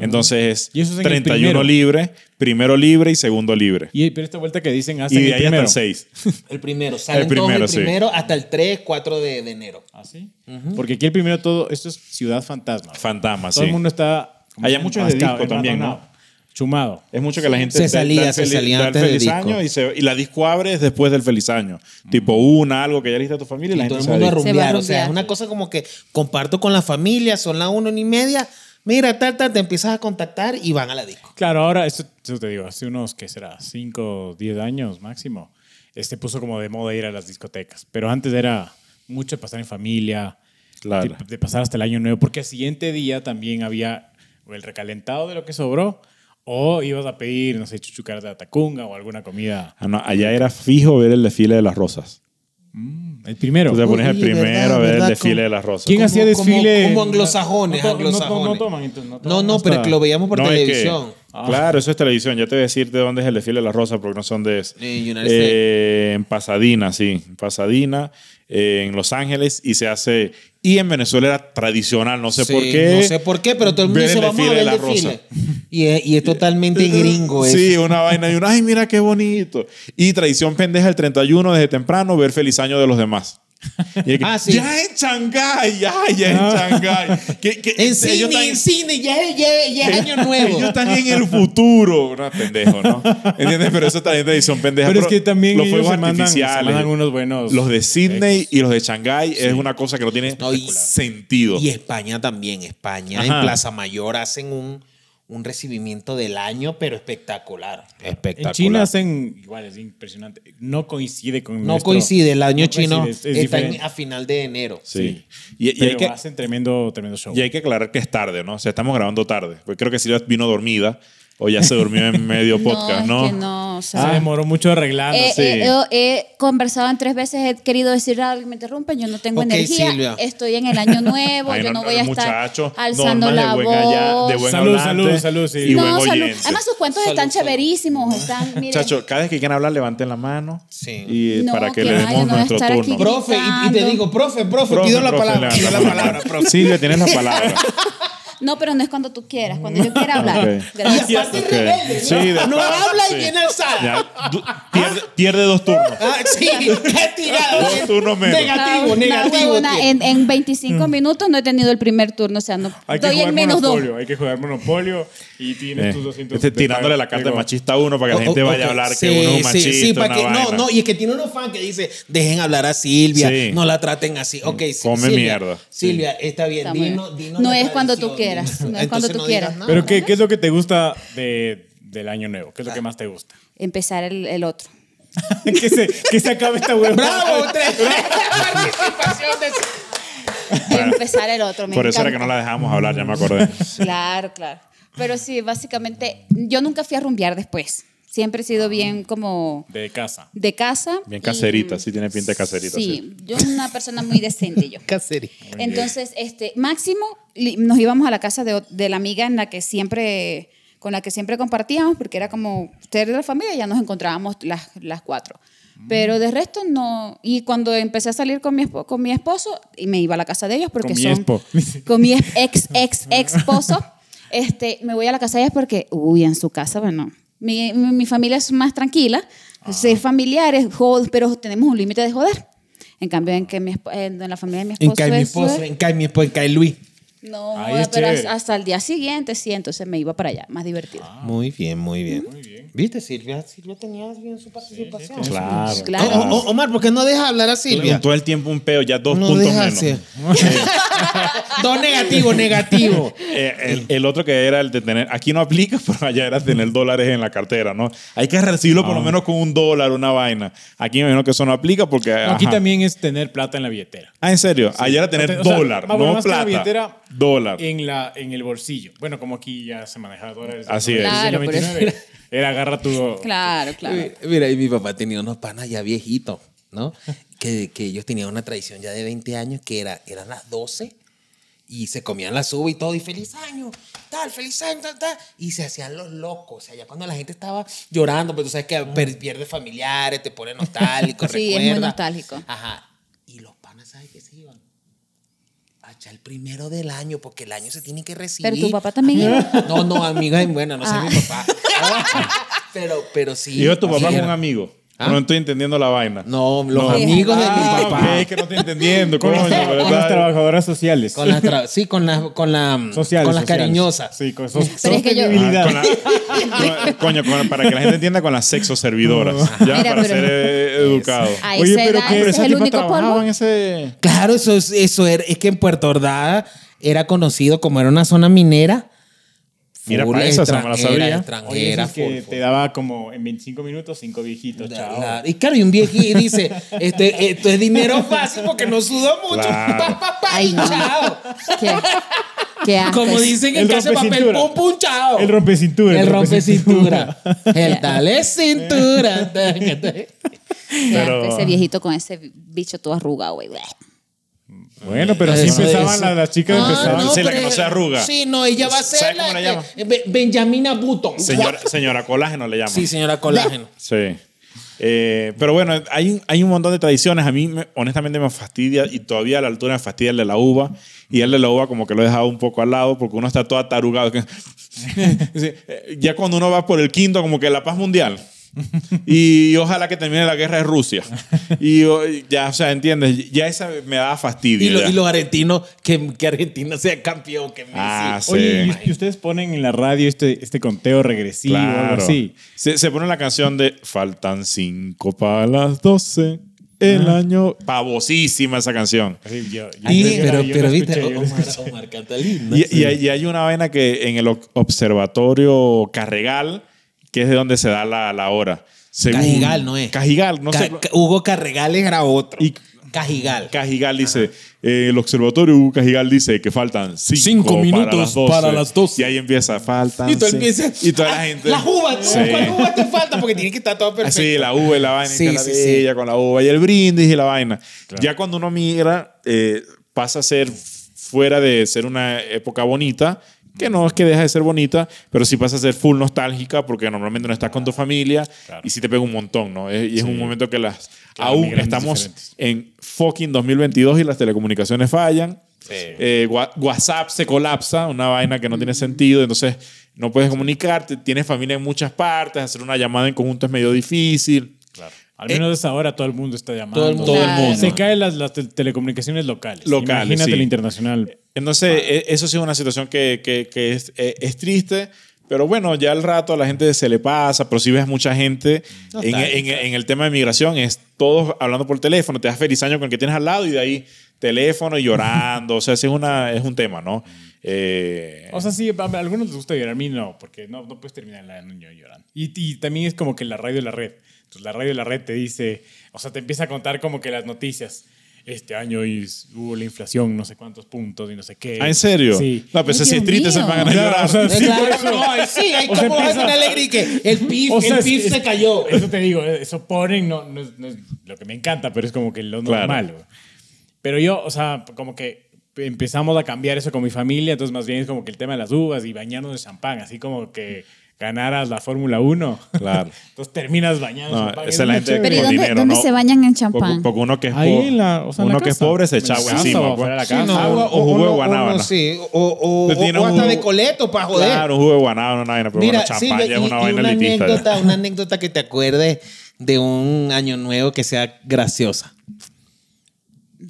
Speaker 4: Entonces es,
Speaker 1: Mm. Y eso es en el
Speaker 4: 31
Speaker 1: primero.
Speaker 4: libre, primero libre y segundo libre.
Speaker 1: Y pero esta vuelta que dicen
Speaker 4: Y
Speaker 1: hacen
Speaker 4: de
Speaker 1: el
Speaker 4: ahí hasta
Speaker 1: primero.
Speaker 4: el 6.
Speaker 3: El primero, salen
Speaker 4: primero,
Speaker 3: todos
Speaker 4: sí.
Speaker 3: el primero hasta el 3, 4 de, de enero.
Speaker 1: ¿Ah, sí? Porque aquí el primero todo, esto es ciudad fantasma.
Speaker 4: Fantasma,
Speaker 1: todo
Speaker 4: sí.
Speaker 1: el mundo está...
Speaker 4: Allá mucho es de
Speaker 1: enmascado,
Speaker 4: disco también, ¿no?
Speaker 1: envalentonado, Chumado.
Speaker 4: Es mucho que la gente
Speaker 3: Se
Speaker 4: te-
Speaker 3: salía,
Speaker 4: da el
Speaker 3: se salía
Speaker 4: da el
Speaker 3: antes de
Speaker 4: feliz
Speaker 3: disco. Mm.
Speaker 4: año y, se- y la disco abre es después del feliz año. Tipo una, algo que ya lista tu familia y la
Speaker 3: Y
Speaker 4: gente
Speaker 3: todo el
Speaker 4: se va
Speaker 3: mundo a
Speaker 4: a disco.
Speaker 5: Se va a
Speaker 3: rumbear. O sea, es
Speaker 5: rumbear.
Speaker 3: una cosa como que comparto con la familia, son las una y media. Mira, tal, tal, te empiezas a contactar y van a la disco.
Speaker 1: Claro, ahora, esto, eso te digo, hace unos, ¿qué será? 5, 10 años máximo, este puso como de moda ir a las discotecas. Pero antes era mucho pasar en familia,
Speaker 4: Claro.
Speaker 1: de, de pasar hasta el año nuevo, porque al siguiente día también había o el recalentado de lo que sobró, o ibas a pedir, no sé, chuchucaras de atacunga o alguna comida.
Speaker 4: Ah, no, allá era fijo ver el desfile de las rosas.
Speaker 1: El primero.
Speaker 4: Tú te pones el
Speaker 3: Uy, verdad,
Speaker 4: primero a ver el
Speaker 3: verdad,
Speaker 4: desfile
Speaker 3: con-
Speaker 4: de las rosas.
Speaker 1: ¿Quién
Speaker 3: Como-
Speaker 1: hacía desfile?
Speaker 3: como- como anglosajones,
Speaker 1: No to- no- no-
Speaker 3: anglosajones.
Speaker 1: No, toman, entonces, no toman
Speaker 3: No, no, pero
Speaker 1: hasta-
Speaker 3: que lo veíamos por
Speaker 4: No, es que
Speaker 3: televisión.
Speaker 4: Claro, eso es televisión. Ya te voy a decir de dónde es el desfile de la rosa, porque no son de eso.
Speaker 3: Eh, United
Speaker 4: Eh, en Pasadena, sí. En Pasadena, eh, en Los Ángeles, y se hace. Y en Venezuela era tradicional, no sé
Speaker 3: Sí,
Speaker 4: por qué.
Speaker 3: No sé por qué, pero todo el mundo
Speaker 4: Ver
Speaker 3: dice,
Speaker 4: el
Speaker 3: vamos a ver
Speaker 4: desfile de
Speaker 3: el
Speaker 4: la
Speaker 3: desfile. Y es, y es totalmente gringo eso.
Speaker 4: Sí, una vaina y una, ay, mira qué bonito. Y tradición pendeja el 31 desde temprano, ver feliz año de los demás. Y es que,
Speaker 3: Ah, sí.
Speaker 4: Ya en Shanghái, ya, ya en
Speaker 1: Ah.
Speaker 4: Shanghái. Que- que-
Speaker 3: En cine,
Speaker 4: están-
Speaker 3: en cine, ya, ya, ya es año nuevo.
Speaker 4: Ellos están en el futuro. Una pendejo, ¿no? ¿Entiendes? Pero eso también es tradición pendeja.
Speaker 1: Pero es que también
Speaker 4: los
Speaker 1: ellos
Speaker 4: fuegos
Speaker 1: se mandan, se
Speaker 4: artificiales.
Speaker 1: mandan unos buenos.
Speaker 4: eh, los de Sydney y los de Shanghái es una cosa que no tiene
Speaker 3: No, y-
Speaker 4: sentido.
Speaker 3: Y España también, España
Speaker 4: Ajá.
Speaker 3: en Plaza Mayor hacen un, un recibimiento del año, pero espectacular.
Speaker 1: En
Speaker 3: Espectacular.
Speaker 1: China hacen igual, es impresionante. No coincide con
Speaker 3: no
Speaker 1: nuestro-
Speaker 3: coincide, el año
Speaker 1: no
Speaker 3: chino
Speaker 1: coincide, es- es
Speaker 3: está en-
Speaker 1: diferente.
Speaker 3: a final de enero.
Speaker 4: sí.
Speaker 1: sí.
Speaker 4: Y, y
Speaker 1: Pero
Speaker 4: hay que,
Speaker 1: hacen tremendo, tremendo show.
Speaker 4: y hay que aclarar que es tarde, ¿no? O sea, estamos grabando tarde. Porque creo que Silvia vino dormida o ya se durmió en medio podcast,
Speaker 5: no,
Speaker 4: ¿no?
Speaker 5: es que no, o
Speaker 3: Ah.
Speaker 5: sea,
Speaker 1: Se demoró mucho arreglando.
Speaker 5: He,
Speaker 4: sí.
Speaker 5: he- he- he conversado en tres veces, he querido decir algo que me interrumpen, yo no tengo
Speaker 3: Ok,
Speaker 5: energía,
Speaker 3: Silvia.
Speaker 5: estoy en el año nuevo,
Speaker 4: Ay, no,
Speaker 5: yo no
Speaker 4: no,
Speaker 5: voy a estar
Speaker 4: muchacho,
Speaker 5: alzando
Speaker 4: normas
Speaker 5: la
Speaker 4: de
Speaker 5: voz.
Speaker 4: buen allá- de buen
Speaker 1: Salud,
Speaker 4: hablante
Speaker 1: salud, salud, sí.
Speaker 4: Y buen
Speaker 5: no, salud.
Speaker 4: oyente.
Speaker 5: Además, sus cuentos
Speaker 3: Salud,
Speaker 5: están
Speaker 3: salud.
Speaker 5: chéverísimos, están, miren.
Speaker 4: Muchachos, cada vez que quieran hablar, levanten la mano
Speaker 3: Sí.
Speaker 4: y, eh,
Speaker 5: No,
Speaker 4: para que
Speaker 5: que
Speaker 4: le
Speaker 5: va, yo
Speaker 4: demos
Speaker 5: no voy a
Speaker 4: nuestro
Speaker 5: estar aquí
Speaker 4: turno.
Speaker 3: Profe, y, y te
Speaker 5: Gritando.
Speaker 3: digo, profe, profe,
Speaker 4: Profe,
Speaker 3: pido la
Speaker 4: profe,
Speaker 3: palabra,
Speaker 4: levanta
Speaker 3: pido la
Speaker 4: mano.
Speaker 3: palabra, profe.
Speaker 4: Silvia, tienes la palabra.
Speaker 5: No, pero no es cuando tú quieras, cuando yo quiera hablar.
Speaker 4: Ok.
Speaker 5: Gracias.
Speaker 3: Y aparte
Speaker 4: Ok.
Speaker 3: rebelde, ¿no?
Speaker 4: Sí, de
Speaker 3: no
Speaker 4: paso,
Speaker 3: habla
Speaker 4: sí.
Speaker 3: y viene alzada.
Speaker 4: Ya, du- pierde, pierde dos turnos.
Speaker 3: Ah, sí, qué tirada.
Speaker 4: Dos turnos menos.
Speaker 3: Negativo,
Speaker 5: Una
Speaker 3: negativo.
Speaker 5: huevona,
Speaker 3: tío. Mm.
Speaker 5: en, en 25 minutos no he tenido el primer turno, o sea, no,
Speaker 1: Hay que
Speaker 5: estoy
Speaker 1: jugar
Speaker 5: en menos dos.
Speaker 1: monopolio, hay que jugar monopolio y tienes
Speaker 4: Eh,
Speaker 1: tus 200
Speaker 4: este,
Speaker 1: de
Speaker 4: tirándole
Speaker 1: pago.
Speaker 4: la carta de
Speaker 1: Digo,
Speaker 4: machista a uno para que
Speaker 3: O-
Speaker 4: la gente
Speaker 3: o-
Speaker 4: vaya a
Speaker 3: ok.
Speaker 4: hablar
Speaker 3: Sí,
Speaker 4: que uno es un
Speaker 3: sí,
Speaker 4: machista.
Speaker 3: sí, para
Speaker 4: una
Speaker 3: que- no,
Speaker 4: vaina.
Speaker 3: no, y es que tiene unos fans que dice, dejen hablar a Silvia,
Speaker 4: Sí.
Speaker 3: no la traten así. Ok, sí,
Speaker 4: Come
Speaker 3: Silvia,
Speaker 4: mierda.
Speaker 3: Silvia, está bien,
Speaker 5: Está muy
Speaker 3: dinos-
Speaker 5: bien.
Speaker 3: dinos
Speaker 5: No
Speaker 3: la
Speaker 5: es cuando tú
Speaker 3: tradición, dinos-
Speaker 5: quieras, no es
Speaker 3: Entonces
Speaker 5: cuando tú
Speaker 3: no
Speaker 5: quieras.
Speaker 3: digas nada.
Speaker 1: Pero ¿qué, ¿qué es lo que te gusta de, del año nuevo? ¿Qué es lo
Speaker 5: Ah.
Speaker 1: que más te gusta?
Speaker 5: Empezar el, el otro.
Speaker 1: que, se, que se acabe esta huevona.
Speaker 3: ¡Bravo! Tres, tres participación de Silvia.
Speaker 5: Empezar el otro. me
Speaker 4: Por eso era que
Speaker 5: encanta.
Speaker 4: no la dejábamos hablar, ya me acordé.
Speaker 5: Claro, claro. Pero sí, básicamente, yo nunca fui a rumbear después. Siempre he sido bien como
Speaker 1: De casa.
Speaker 5: de casa.
Speaker 4: Ah. Bien
Speaker 5: y-
Speaker 4: caserita, sí tiene pinta de caserita.
Speaker 5: Mm, Sí, yo soy una persona muy decente yo.
Speaker 3: Caseri.
Speaker 5: Entonces, este, máximo, li- nos íbamos a la casa de, o- de la amiga en la que siempre, con la que siempre compartíamos, porque era como ser de la familia, ya nos encontrábamos las, las cuatro.
Speaker 1: Mm.
Speaker 5: Pero de resto no. Y cuando empecé a salir con mi, espo- con mi esposo, y me iba a la casa de ellos porque
Speaker 1: Con mi
Speaker 5: son.
Speaker 1: expo.
Speaker 5: Con mi ex- ex, ex, ex esposo. Este, me voy a la casa de ellos porque, uy, en su casa, bueno. Mi, mi- mi familia es más tranquila,
Speaker 1: Ah.
Speaker 5: ser familiares, jo- pero tenemos un límite de joder. En cambio, en, que mi, esp- en la familia de mi
Speaker 3: En
Speaker 5: esposo.
Speaker 3: cae mi
Speaker 5: es-
Speaker 3: esposo, en cae mi esposo, en cae Luis.
Speaker 5: no,
Speaker 1: Ahí es
Speaker 5: pero
Speaker 1: chévere.
Speaker 5: hasta, hasta el día siguiente sí, entonces me iba para allá, más divertido.
Speaker 4: Ah.
Speaker 3: Muy bien, muy bien. ¿Viste, Silvia? Silvia tenía bien su participación.
Speaker 4: Claro.
Speaker 5: Claro.
Speaker 3: O- o- Omar, ¿por qué no deja hablar a Silvia?
Speaker 4: Todo el tiempo un peo, ya dos
Speaker 3: No
Speaker 4: puntos
Speaker 3: deja
Speaker 4: menos.
Speaker 3: hacer. Dos negativos, negativo.
Speaker 4: Eh, el, el otro que era el de tener, aquí no aplica, pero allá era tener dólares en la cartera, ¿no? Hay que recibirlo
Speaker 1: Ah.
Speaker 4: por lo menos con un dólar, una vaina. Aquí me imagino que eso no aplica porque.
Speaker 1: No, aquí
Speaker 4: ajá.
Speaker 1: también es tener plata en la billetera.
Speaker 4: Ah, en serio, allá era tener
Speaker 1: O sea,
Speaker 4: dólar,
Speaker 1: más- bueno,
Speaker 4: no
Speaker 1: más que en la
Speaker 4: plata.
Speaker 1: billetera,
Speaker 4: dólar.
Speaker 1: En, la, en el bolsillo. Bueno, como aquí ya se manejaba dólares.
Speaker 4: Así
Speaker 1: en el
Speaker 4: es.
Speaker 1: siglo
Speaker 5: Claro, por eso.
Speaker 1: 29, Era agarra tu.
Speaker 4: oh.
Speaker 5: Claro, claro.
Speaker 3: Eh, Mira, y mi papá tenía unos panas ya viejitos, ¿no? Que, que ellos tenían una tradición ya de 20 años que era, eran las 12 y se comían la suba y todo, y feliz año, tal, feliz año, tal, tal. Y se hacían los locos, o sea, ya cuando la gente estaba llorando, pues tú sabes que per- pierdes familiares, te pone nostálgico,
Speaker 5: Sí, es muy
Speaker 3: recuerda.
Speaker 5: nostálgico.
Speaker 3: Ajá. Y los panas, ¿sabes qué se iban? Hasta el primero del año, porque el año se tiene que recibir.
Speaker 5: Pero tu papá también iba.
Speaker 3: No, no, amiga, bueno, no sé
Speaker 5: Ah.
Speaker 3: mi papá. Pero, pero sí.
Speaker 4: Y yo tu
Speaker 3: así
Speaker 4: papá con
Speaker 3: era.
Speaker 4: un amigo.
Speaker 3: ¿Ah?
Speaker 4: No estoy entendiendo la vaina.
Speaker 3: No, los
Speaker 4: No.
Speaker 3: amigos de
Speaker 4: Ah,
Speaker 3: mi papá.
Speaker 4: ok, es que no estoy entendiendo,
Speaker 1: Con,
Speaker 4: coño.
Speaker 1: las, con
Speaker 4: ¿verdad?
Speaker 1: las trabajadoras sociales.
Speaker 3: Con las tra- sí, con las con la,
Speaker 1: sociales.
Speaker 3: con las
Speaker 1: sociales.
Speaker 3: cariñosas.
Speaker 1: Sí, con sos-
Speaker 5: Pero es que yo-
Speaker 1: sostenibilidad.
Speaker 4: Ah, con la- con- coño, con- para que la gente entienda con las sexo servidoras. Ya,
Speaker 5: Mira,
Speaker 4: para
Speaker 5: pero-
Speaker 4: ser eh, educado.
Speaker 5: A Ah, esa edad, ese es el único polvo.
Speaker 4: ese.
Speaker 3: Claro, eso es, eso era, es que en Puerto Ordaz era conocido como era una zona minera.
Speaker 4: Mira,
Speaker 3: full
Speaker 4: pa' esa, esa me la
Speaker 3: extranjera,
Speaker 4: sabía.
Speaker 1: Oye,
Speaker 3: Extranjera,
Speaker 1: eso es que
Speaker 3: full,
Speaker 1: te
Speaker 3: full.
Speaker 1: daba como en 25 minutos cinco viejitos, chao.
Speaker 3: Claro, Y claro, y un viejito dice, este, esto es dinero fácil porque no sudó mucho.
Speaker 4: Claro.
Speaker 3: Pa, pa, pa,
Speaker 5: Ay,
Speaker 3: y
Speaker 5: no.
Speaker 3: chao.
Speaker 5: Qué, qué asco.
Speaker 3: Como dicen en
Speaker 1: El
Speaker 3: casa de papel,
Speaker 1: rompecintura.
Speaker 3: pum, pum, chao.
Speaker 1: El rompecintura.
Speaker 3: El rompecintura.
Speaker 5: Ya.
Speaker 3: El dale cintura.
Speaker 5: Qué asco
Speaker 4: Pero-
Speaker 5: Ese viejito con ese bicho todo arrugado, güey.
Speaker 4: Bueno, pero así
Speaker 3: Eso es.
Speaker 4: empezaban las las chicas,
Speaker 3: Ah,
Speaker 4: empezaban.
Speaker 3: no,
Speaker 4: sí, la que
Speaker 3: pero-
Speaker 4: no se arruga.
Speaker 3: Sí, no, ella va a
Speaker 4: ¿Sabe
Speaker 3: ser
Speaker 4: cómo la
Speaker 3: la
Speaker 4: llama?
Speaker 3: que- eh, Be- Benjamina Button.
Speaker 4: Señora, señora colágeno le llaman.
Speaker 3: Sí, señora Colágeno.
Speaker 4: Sí. Eh, pero bueno, hay, un- hay un montón de tradiciones. A mí, me- honestamente, me fastidia y todavía a la altura me fastidia el de la uva. Y el de la uva, como que lo he dejado un poco al lado porque uno está todo atarugado. que- Sí, eh, ya cuando uno va por el quinto, como que la paz mundial. Y ojalá que termine la guerra de Rusia. Y o- ya, o sea, entiendes, ya esa me da fastidio.
Speaker 3: Y, lo-
Speaker 4: ya.
Speaker 3: y los argentinos, que, que Argentina sea campeón, que Messi.
Speaker 4: Ah, sí.
Speaker 1: Oye, y- y ustedes ponen en la radio este, este conteo regresivo, algo
Speaker 4: Claro.
Speaker 1: así.
Speaker 4: Se, se pone la canción de Faltan cinco para las 12. El año. Pavosísima esa canción.
Speaker 1: Así, yo- yo-
Speaker 3: Sí,
Speaker 1: yo la-
Speaker 3: pero,
Speaker 1: yo la
Speaker 3: pero
Speaker 1: escuché,
Speaker 3: viste,
Speaker 1: yo la
Speaker 3: Omar,
Speaker 1: escuché.
Speaker 3: Omar Catalina.
Speaker 4: Y,
Speaker 3: sí.
Speaker 4: y hay, y hay una vaina que en el o- observatorio Carregal, que es de donde se da la, la hora. Según-
Speaker 3: Cajigal, ¿no es?
Speaker 4: Cajigal, no
Speaker 3: Ca-
Speaker 4: sé.
Speaker 3: Ca- Hugo Carregal era otro.
Speaker 4: Y-
Speaker 3: Cajigal.
Speaker 4: Cajigal dice, eh, el observatorio Hugo Cajigal dice que faltan cinco,
Speaker 3: Cinco minutos para las 12.
Speaker 4: Y ahí empieza, faltan.
Speaker 3: y tú
Speaker 4: cinco".
Speaker 3: empiezas.
Speaker 4: Y toda la
Speaker 3: "Ah,
Speaker 4: gente.
Speaker 3: Las uvas.
Speaker 4: Sí.
Speaker 3: ¿Cuál uva te falta? Porque tiene que estar todo
Speaker 4: Ah,
Speaker 3: perfecto.
Speaker 4: Sí, la uva y la vaina.
Speaker 3: Sí,
Speaker 4: y
Speaker 3: sí,
Speaker 4: sí, Con la uva y el brindis y la vaina. Ya cuando uno migra, eh, pasa a ser fuera de ser una época bonita, que no es que deja de ser bonita, pero sí pasa a ser full nostálgica porque normalmente no estás con tu familia y sí te pega un montón, ¿no? Es- y es un momento que las...
Speaker 1: Claro,
Speaker 4: aún
Speaker 1: migrantes
Speaker 4: estamos
Speaker 1: diferentes.
Speaker 4: en fucking 2022 y las telecomunicaciones fallan. Eh, Wha- WhatsApp se colapsa, una vaina que no tiene sentido, entonces no puedes comunicarte, tienes familia en muchas partes, hacer una llamada en conjunto es medio difícil.
Speaker 1: Al menos hasta ahora todo el mundo está llamando.
Speaker 3: eh, todo el mundo.
Speaker 5: Todo el mundo.
Speaker 1: Se caen las, las tel- telecomunicaciones locales.
Speaker 4: Locales,
Speaker 1: Imagínate
Speaker 4: sí.
Speaker 1: la internacional.
Speaker 4: Entonces, e- eso sí es una situación que, que- que es, eh, es triste, pero bueno, ya al rato a la gente se le pasa, pero si ves mucha gente
Speaker 3: No
Speaker 4: en,
Speaker 3: está
Speaker 4: en- en el tema de migración, es todos hablando por teléfono, te das feliz año con el que tienes al lado y de ahí teléfono y llorando, o sea, sí es, una, es un tema, ¿no? Eh,
Speaker 1: O sea, sí, a a algunos les gusta llorar, a mí no, porque no, no puedes terminar el año llorando. Y, y también es como que la radio de la red. Entonces, la radio de la red te dice, o sea, te empieza a contar como que las noticias. Este año is- hubo la inflación, no sé cuántos puntos y no sé qué.
Speaker 4: ¿Ah, en serio?
Speaker 1: Sí.
Speaker 4: No, pero
Speaker 5: Ay,
Speaker 4: si es
Speaker 5: Dios
Speaker 4: triste, se me
Speaker 5: mío.
Speaker 4: van a
Speaker 1: Claro,
Speaker 4: llorar.
Speaker 1: o sea, sí,
Speaker 3: Claro,
Speaker 1: por eso.
Speaker 3: no, ahí sí, ahí
Speaker 1: O sea,
Speaker 3: como vas
Speaker 1: empieza-
Speaker 3: con alegría y que el pif,
Speaker 1: O sea,
Speaker 3: el pif
Speaker 1: es-
Speaker 3: se cayó.
Speaker 1: Eso te digo, eso ponen, no, no es, no es lo que me encanta, pero es como que lo
Speaker 4: Claro.
Speaker 1: normal. güey. Pero yo, o sea, como que empezamos a cambiar eso con mi familia, entonces más bien es como que el tema de las uvas y bañarnos de champán, así como que ganaras la Fórmula 1.
Speaker 4: Claro.
Speaker 1: entonces terminas bañando
Speaker 4: No,
Speaker 1: en champán.
Speaker 4: esa
Speaker 1: Es
Speaker 4: es la
Speaker 1: muy
Speaker 4: gente
Speaker 1: chévere.
Speaker 5: Pero ¿y
Speaker 4: con
Speaker 5: dónde-
Speaker 4: dinero,
Speaker 5: dónde
Speaker 4: ¿no?
Speaker 5: se bañan en
Speaker 4: Porque-
Speaker 5: champán?
Speaker 4: Porque, uno que es,
Speaker 1: Ahí
Speaker 4: po-
Speaker 1: en la- o sea, en
Speaker 4: uno
Speaker 1: la
Speaker 4: que es
Speaker 1: casa.
Speaker 4: pobre se
Speaker 1: En
Speaker 4: echa
Speaker 1: la
Speaker 4: agua
Speaker 1: casa
Speaker 4: encima.
Speaker 1: o
Speaker 4: pues.
Speaker 1: afuera de la casa.
Speaker 4: Agua o jugo de guanábana.
Speaker 3: sí, o, o,
Speaker 4: Pues
Speaker 3: o-
Speaker 4: tiene
Speaker 3: o
Speaker 4: un
Speaker 3: hasta
Speaker 4: jugo-
Speaker 3: de coleto para joder.
Speaker 4: Claro, un jugo de guanábana, una vaina. Pero bueno, champán
Speaker 3: ve,
Speaker 4: ya es
Speaker 3: y-
Speaker 4: una
Speaker 3: y
Speaker 4: vaina
Speaker 3: una
Speaker 4: elitista. ya.
Speaker 3: anécdota, una anécdota que te acuerdes de un año nuevo que sea graciosa.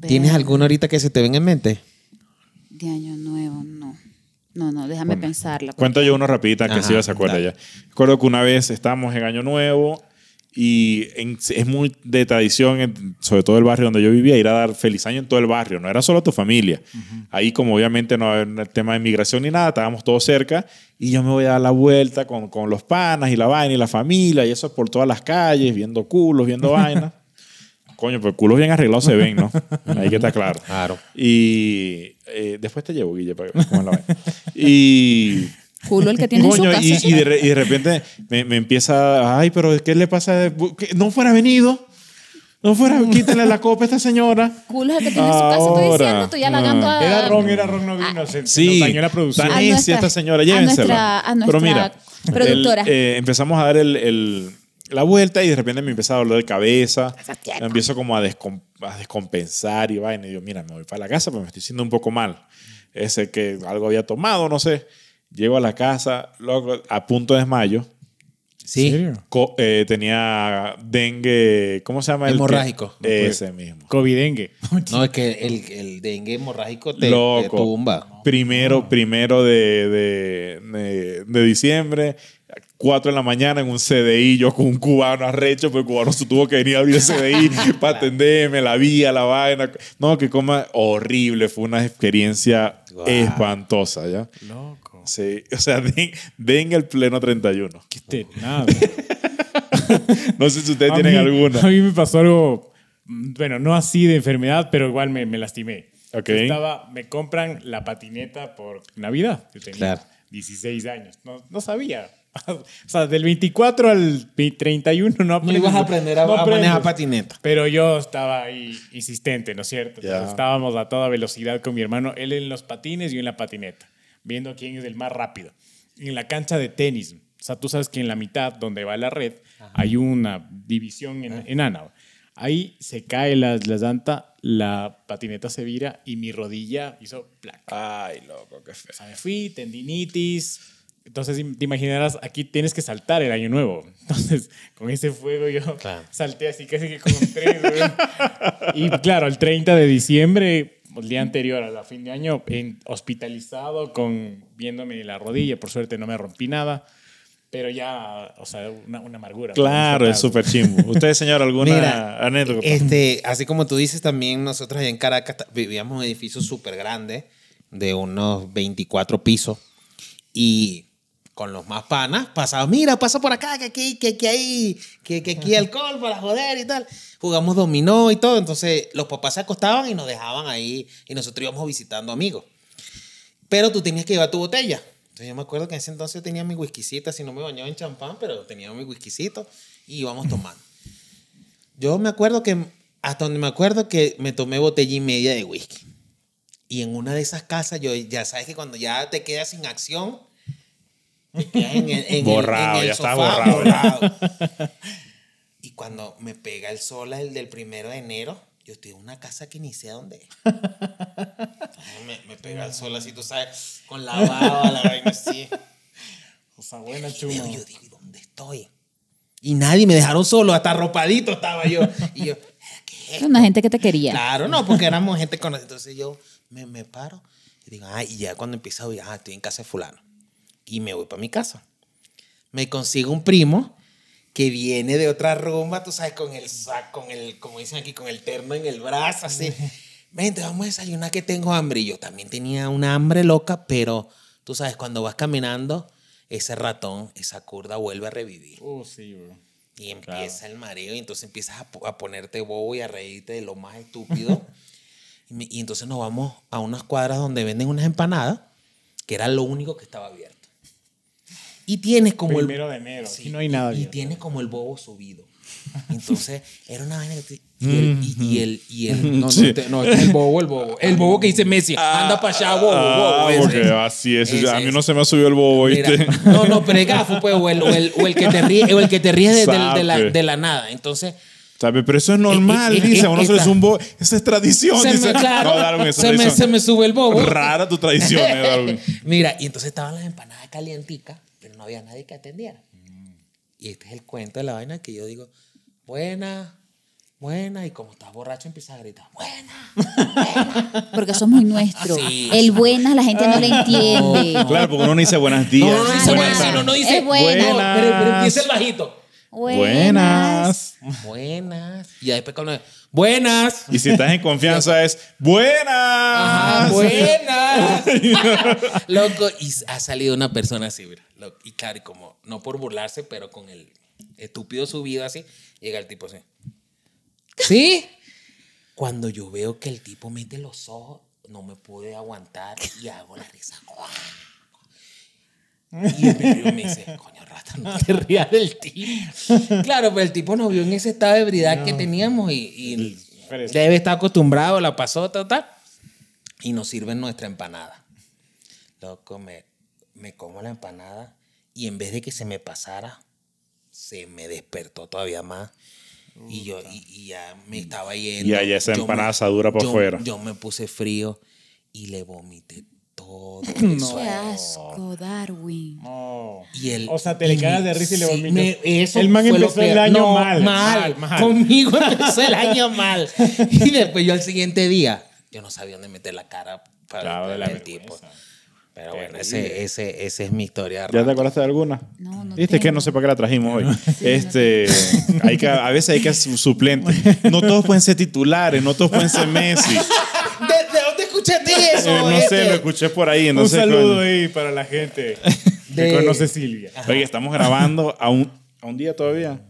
Speaker 3: ¿Tienes
Speaker 5: Ver-
Speaker 3: alguna ahorita que se te venga en mente?
Speaker 5: De año nuevo, no. No, no, déjame pensarla. pues. porque-
Speaker 4: Cuento yo uno rapidita que
Speaker 3: Ajá,
Speaker 4: sí se acuerda
Speaker 3: dale.
Speaker 4: ya. Recuerdo que una vez estábamos en Año Nuevo y en- es muy de tradición, en- sobre todo el barrio donde yo vivía, ir a dar feliz año en todo el barrio. No era solo tu familia. Ahí como obviamente no había el tema de migración ni nada, estábamos todos cerca y yo me voy a dar la vuelta con, con los panas y la vaina y la familia y eso por todas las calles, viendo culos, viendo vainas. Coño, pues culos bien arreglados se ven, ¿no? Ahí que está claro.
Speaker 3: Claro.
Speaker 4: Y eh, después te llevo, Guille, para que veas cómo es la vaina. Y
Speaker 5: Culo el que tiene en su
Speaker 4: Coño,
Speaker 5: casa.
Speaker 4: y, y de, re- y de repente me, me empieza, ay, pero ¿qué le pasa? ¿Qué? No fuera venido. No fuera, quítale la copa a esta señora.
Speaker 5: Culo el que tiene en su casa. Estoy
Speaker 4: Ahora.
Speaker 5: diciendo, tú ya lagando a...
Speaker 1: Era ron, era ron, no vino. Se, se
Speaker 4: Sí,
Speaker 1: nos dañó la producción.
Speaker 4: tan
Speaker 5: A
Speaker 4: necia
Speaker 5: nuestra-
Speaker 4: esta señora,
Speaker 5: a
Speaker 4: llévensela.
Speaker 5: nuestra- a nuestra productora.
Speaker 4: el- eh, empezamos a dar el, el- la vuelta y de repente me empieza a doler de cabeza.
Speaker 5: Satiana.
Speaker 4: Me empiezo como a, descom- a descompensar y vaina. Y digo, mira, me voy para la casa, pero me estoy sintiendo un poco mal. Ese que algo había tomado, no sé. Llego a la casa, loco, a punto de desmayo.
Speaker 1: ¿En
Speaker 3: Sí.
Speaker 1: serio?
Speaker 4: Co- eh, tenía dengue, ¿cómo se llama? el que-
Speaker 3: Hemorrágico.
Speaker 4: Ese mismo.
Speaker 1: Covidengue.
Speaker 3: No, es que el, el dengue hemorrágico te, te
Speaker 4: Loco.
Speaker 3: tumba. Ah.
Speaker 4: Primero, primero de, de, de- de diciembre, 4 de la mañana en un CDI, yo con un cubano arrecho, porque el cubano se tuvo que venir a abrir el CDI para atenderme, la vía, la vaina. No, que coma horrible, fue una experiencia
Speaker 3: Guau.
Speaker 4: espantosa, ¿ya?
Speaker 1: Loco.
Speaker 4: Sí, o sea, den- dengue el pleno 31.
Speaker 1: Qué te- nada.
Speaker 4: No sé si ustedes
Speaker 1: A
Speaker 4: tienen
Speaker 1: mí- A
Speaker 4: alguna.
Speaker 1: mí me pasó algo, mm, bueno, no así de enfermedad, pero igual me, me lastimé.
Speaker 4: Ok.
Speaker 1: Yo Estaba, me compran la patineta por Navidad. Yo tenía
Speaker 3: Claro.
Speaker 1: 16 años. No, no sabía. o sea, del 24 al 31 no
Speaker 3: No
Speaker 1: aprendes.
Speaker 3: ibas a aprender a,
Speaker 1: no
Speaker 3: a
Speaker 1: aprendes.
Speaker 3: manejar patineta.
Speaker 1: Pero yo estaba ahí insistente, ¿no es cierto?
Speaker 4: Ya.
Speaker 1: Estábamos a toda velocidad con mi hermano, él en los patines y yo en la patineta, viendo quién es el más rápido. En la cancha de tenis, o sea, tú sabes que en la mitad donde va la red hay una división en, enana. ¿no? Ahí se cae la, la llanta, la patineta se vira y mi rodilla hizo placa.
Speaker 4: Ay, loco, qué
Speaker 1: O
Speaker 4: feo.
Speaker 1: sea, me fui, tendinitis. Entonces, im- te imaginarás, aquí tienes que saltar el año nuevo. Entonces, con ese fuego yo
Speaker 3: Claro.
Speaker 1: salté así casi que como un tren. güey. y claro, el 30 de diciembre, el día anterior a la fin de año, en- hospitalizado con viéndome la rodilla. Por suerte no me rompí nada. Pero ya, o sea, una, una amargura.
Speaker 4: Claro, es súper chimbo. Usted, señor, alguna
Speaker 3: Mira,
Speaker 4: anécdota.
Speaker 3: Este, así como tú dices, también nosotros allá en Caracas ta- vivíamos en un edificio súper grande de unos 24 pisos y con los más panas pasaba, mira, pasa por acá, que aquí, que aquí hay, que, que aquí hay alcohol para joder y tal. Jugamos dominó y todo, entonces los papás se acostaban y nos dejaban ahí y nosotros íbamos visitando amigos. Pero tú tenías que llevar tu botella. Entonces yo me acuerdo que en ese entonces yo tenía mi whiskycita, si no me bañaba en champán, pero tenía mi whiskycito y íbamos tomando. Yo me acuerdo que, hasta donde me acuerdo que me tomé botella y media de whisky. Y en una de esas casas, yo ya sabes que cuando ya te quedas sin acción, te quedas en el, en el- en
Speaker 4: Borrado,
Speaker 3: el
Speaker 4: ya
Speaker 3: sofá,
Speaker 4: estás borrado.
Speaker 3: borrado. Y cuando me pega el sol el del primero de enero, yo estoy en una casa que ni sé dónde es. Ay, Me, me pega el sol así, tú sabes, con la baba, la vaina así.
Speaker 1: O sea, buena
Speaker 3: Yo,
Speaker 1: chuma.
Speaker 3: yo digo, ¿y ¿dónde estoy? Y nadie, me dejaron solo, hasta arropadito estaba yo. Y yo, ¿qué es
Speaker 5: Es una gente que te quería.
Speaker 3: Claro, no, porque éramos gente conocida. Entonces yo me, me paro y digo, ah, y ya cuando empiezo a oír, ah, estoy en casa de fulano. Y me voy para mi casa. Me consigo un primo que viene de otra rumba, tú sabes, con el saco, con el, como dicen aquí, con el terno en el brazo, así. Vente, vamos a desayunar que tengo hambre. Y yo también tenía una hambre loca, pero tú sabes, cuando vas caminando, ese ratón, esa curda vuelve a revivir.
Speaker 1: Oh, sí, bro.
Speaker 3: Y empieza el mareo y entonces empiezas a, po- a ponerte bobo y a reírte de lo más estúpido. y, me- y entonces nos vamos a unas cuadras donde venden unas empanadas, que era lo único que estaba abierto. Y tienes como
Speaker 1: Primero
Speaker 3: el...
Speaker 1: de enero.
Speaker 3: Sí,
Speaker 1: Aquí no hay nada
Speaker 3: y- Y
Speaker 1: bien.
Speaker 3: tienes como el bobo subido. Entonces, era una vaina que te- Y el,
Speaker 1: Mm.
Speaker 3: y, y el, y el- no, no,
Speaker 4: Sí.
Speaker 3: te- no, el bobo, el bobo. El bobo que dice Messi, anda para allá, bobo,
Speaker 4: Ah,
Speaker 3: bobo. ese.
Speaker 4: porque así es.
Speaker 3: Ese,
Speaker 4: a mí
Speaker 3: ese.
Speaker 4: no se me ha subido el bobo, ¿viste?
Speaker 3: Mira, no, no, pero es gafo, pues, o el, o el, o el que te ríes, o el que te ríes de, del- de la,
Speaker 4: Sabe.
Speaker 3: de la nada. Entonces,
Speaker 4: ¿Sabe? Pero eso es normal,
Speaker 3: Eh, eh,
Speaker 4: dice.
Speaker 3: eh,
Speaker 4: A uno se le
Speaker 3: esta-
Speaker 4: sube un bobo. Esa es tradición,
Speaker 3: se
Speaker 4: dice.
Speaker 3: me, claro,
Speaker 4: no, Darwin, esa
Speaker 3: se,
Speaker 4: es
Speaker 3: me, se
Speaker 4: tradición.
Speaker 3: me sube el bobo.
Speaker 4: Rara tu tradición, eh, Darwin.
Speaker 3: Mira, y entonces estaban las empanadas calienticas, pero no había nadie que atendiera. Y este es el cuento de la vaina que yo digo, buena, buena, y como estás borracho empiezas a gritar, buena.
Speaker 5: Porque eso es muy nuestro.
Speaker 3: Sí.
Speaker 5: el buenas la gente no le entiende.
Speaker 4: Claro, porque uno no dice buenos días.
Speaker 3: No, no, no dice
Speaker 5: Buenas.
Speaker 3: buena, sino no dice
Speaker 5: Es buena.
Speaker 3: No, pero, pero empieza el bajito.
Speaker 4: Buenas.
Speaker 3: Buenas. Y ya después cuando buenas.
Speaker 4: Y si estás en confianza es buenas.
Speaker 3: Ah, buenas. Loco, y ha salido una persona así, mira. Loco, y claro, y como, no por burlarse, pero con el estúpido subido así, llega el tipo así. ¿Sí? Cuando yo veo que el tipo mete los ojos, no me pude aguantar y hago la risa. Y el primero me dice, coño, rata, no te rías del tipo. Claro, pero el tipo nos vio en ese estado de ebriedad que teníamos y, y
Speaker 1: Fresco.
Speaker 3: debe estar acostumbrado a la pasota tal. Y nos sirven nuestra empanada. Loco, me, me como la empanada y en vez de que se me pasara, se me despertó todavía más. Y yo y, y ya me estaba yendo.
Speaker 4: Y ahí esa
Speaker 3: Yo me-
Speaker 4: empanada se dura pa'
Speaker 3: yo-
Speaker 4: afuera.
Speaker 3: Yo me puse frío y le vomité todo. eso
Speaker 5: Qué
Speaker 3: a él.
Speaker 5: asco, Darwin.
Speaker 1: No.
Speaker 3: Y el-
Speaker 1: o sea, te le
Speaker 3: y
Speaker 1: cagas
Speaker 3: me-
Speaker 1: de risa y le
Speaker 3: sí,
Speaker 1: vomitas.
Speaker 3: me- eso
Speaker 1: el man
Speaker 3: fue lo
Speaker 1: empezó el
Speaker 3: peor.
Speaker 1: año
Speaker 3: No,
Speaker 1: mal,
Speaker 3: mal.
Speaker 1: mal.
Speaker 3: Conmigo empezó el año mal. Y después yo al siguiente día, yo no sabía dónde meter la cara para
Speaker 1: Claro, de la
Speaker 3: el tipo.
Speaker 1: vergüenza.
Speaker 3: Pero bueno, ese, ese, ese es mi historia.
Speaker 4: ¿Ya te
Speaker 3: rara.
Speaker 4: acordaste de alguna?
Speaker 5: No, no
Speaker 4: Viste que
Speaker 5: tengo.
Speaker 4: no sé para qué la trajimos hoy. Este, hay que, a veces hay que su- suplente. No todos pueden ser titulares, no todos pueden ser Messi.
Speaker 3: ¿De, de dónde escuchaste eso?
Speaker 4: Eh, no sé,
Speaker 3: este?
Speaker 4: lo escuché por ahí.
Speaker 1: Un
Speaker 4: entonces,
Speaker 1: saludo
Speaker 4: coño.
Speaker 1: ahí para la gente
Speaker 3: De-
Speaker 1: que conoce Silvia.
Speaker 3: eh.
Speaker 4: Oye, estamos grabando a un, a un día todavía.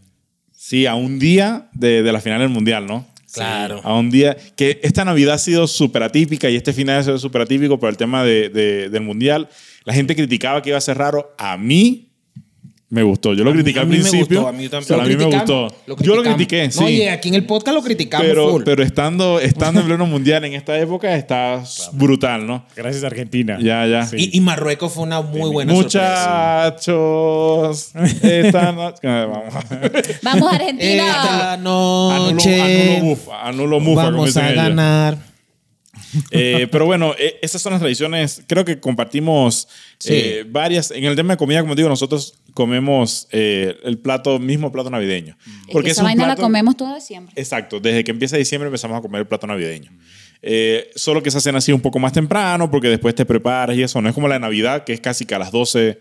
Speaker 4: Sí, a un día de, de la final del mundial, ¿no?
Speaker 3: Claro.
Speaker 4: A un día que esta Navidad ha sido súper atípica y este final ha sido súper atípico por el tema de- de- del mundial. La gente criticaba que iba a ser raro. A mí Me gustó. Yo lo critiqué
Speaker 3: a
Speaker 4: al
Speaker 3: mí me
Speaker 4: principio.
Speaker 3: gustó, a mí también.
Speaker 4: pero a
Speaker 3: Lo
Speaker 4: mí me
Speaker 3: criticamos,
Speaker 4: gustó. Yo lo
Speaker 3: criticamos.
Speaker 4: critiqué, sí.
Speaker 3: No, y aquí en el podcast lo criticamos
Speaker 4: pero,
Speaker 3: full.
Speaker 4: pero estando, estando en pleno mundial en esta época está brutal, ¿no?
Speaker 1: Gracias, Argentina.
Speaker 4: Ya, ya.
Speaker 1: Sí.
Speaker 3: y, y Marruecos fue una muy buena sorpresa.
Speaker 4: Muchachos, esta noche. Ah, Vamos.
Speaker 5: Vamos a
Speaker 4: Eh, este
Speaker 5: Argentina.
Speaker 4: Ah,
Speaker 3: Esta noche
Speaker 4: Anulo, anulo mufa, anulo mufa, como
Speaker 3: vamos
Speaker 4: dicen
Speaker 3: a
Speaker 4: ellos.
Speaker 3: ganar.
Speaker 4: Eh, pero bueno, eh, esas son las tradiciones. Creo que compartimos
Speaker 3: Sí.
Speaker 4: eh, varias. En el tema de comida, como digo, nosotros comemos eh, el plato, mismo plato navideño.
Speaker 5: Porque esa vaina la comemos toda siempre.
Speaker 4: Exacto, desde que empieza diciembre empezamos a comer el plato navideño. Eh, solo que esa cena así un poco más temprano, porque después te preparas y eso. No es como la de Navidad, que es casi que a las 12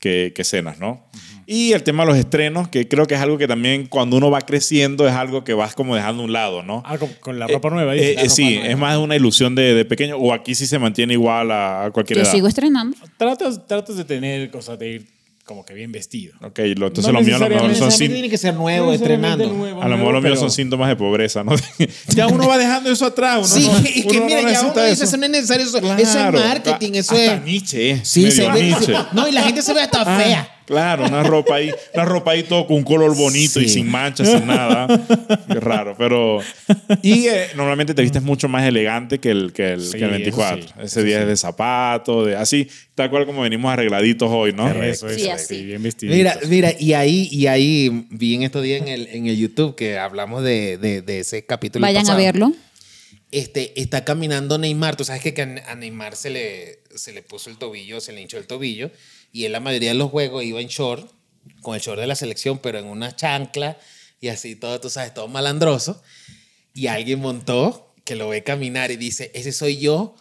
Speaker 4: que, que cenas, ¿no? Y el tema de los estrenos, que creo que es algo que también cuando uno va creciendo es algo que vas como dejando a un lado, ¿no?
Speaker 1: Ah, con, con la ropa nueva.
Speaker 4: Eh,
Speaker 1: dices.
Speaker 4: eh, sí, es más una ilusión de, de pequeño. O aquí sí se mantiene igual a, a cualquier
Speaker 5: Yo
Speaker 4: edad.
Speaker 5: sigo estrenando.
Speaker 1: Tratas, tratas de tener cosas de ir como que bien vestido.
Speaker 4: Ok, lo- entonces
Speaker 1: No
Speaker 4: lo mío a lo mejor son
Speaker 1: necesariamente
Speaker 4: sin-
Speaker 3: Necesariamente tiene que ser nuevo,
Speaker 1: No necesariamente
Speaker 3: estrenando.
Speaker 1: nuevo,
Speaker 4: a lo mejor
Speaker 1: nuevo,
Speaker 4: lo mío son
Speaker 1: pero-
Speaker 4: síntomas de pobreza, ¿no? ya uno va dejando eso atrás. Uno
Speaker 3: Sí,
Speaker 4: no-
Speaker 3: y que
Speaker 4: uno no
Speaker 3: mira, ya
Speaker 4: necesita
Speaker 3: uno dice,
Speaker 4: eso.
Speaker 3: eso no es necesario. Eso, eso es
Speaker 4: Claro,
Speaker 3: marketing,
Speaker 4: ca-
Speaker 3: eso
Speaker 4: hasta
Speaker 3: es...
Speaker 4: Nietzsche, eh.
Speaker 3: Sí,
Speaker 4: Medio
Speaker 3: se ve,
Speaker 4: Nietzsche.
Speaker 3: No, y la gente se ve hasta
Speaker 4: Ah,
Speaker 3: fea.
Speaker 4: Claro, una ropa ahí, una ropa ahí todo con un color bonito y
Speaker 3: Sí.
Speaker 4: sin manchas, sin nada. Qué raro, pero y eh, normalmente te vistes mucho más elegante que el que el,
Speaker 1: Sí,
Speaker 4: que el
Speaker 1: eso
Speaker 4: 24.
Speaker 1: sí,
Speaker 4: Ese día es de zapato, de así, tal cual como venimos arregladitos hoy, ¿no?
Speaker 1: Eso es,
Speaker 5: Sí, así.
Speaker 1: sí, bien vestido.
Speaker 3: Mira, mira, y ahí, y ahí vi en estos días en el, en el YouTube que hablamos de, de- de ese capítulo.
Speaker 5: Vayan a
Speaker 3: pasado.
Speaker 5: verlo.
Speaker 3: Este, está caminando Neymar. Tú sabes que can- a Neymar se le, se le puso el tobillo, se le hinchó el tobillo. Y en la mayoría de los juegos iba en short, con el short de la selección, pero en una chancla y así todo, tú sabes, todo malandroso. Y alguien montó que lo ve caminar y dice, ese soy yo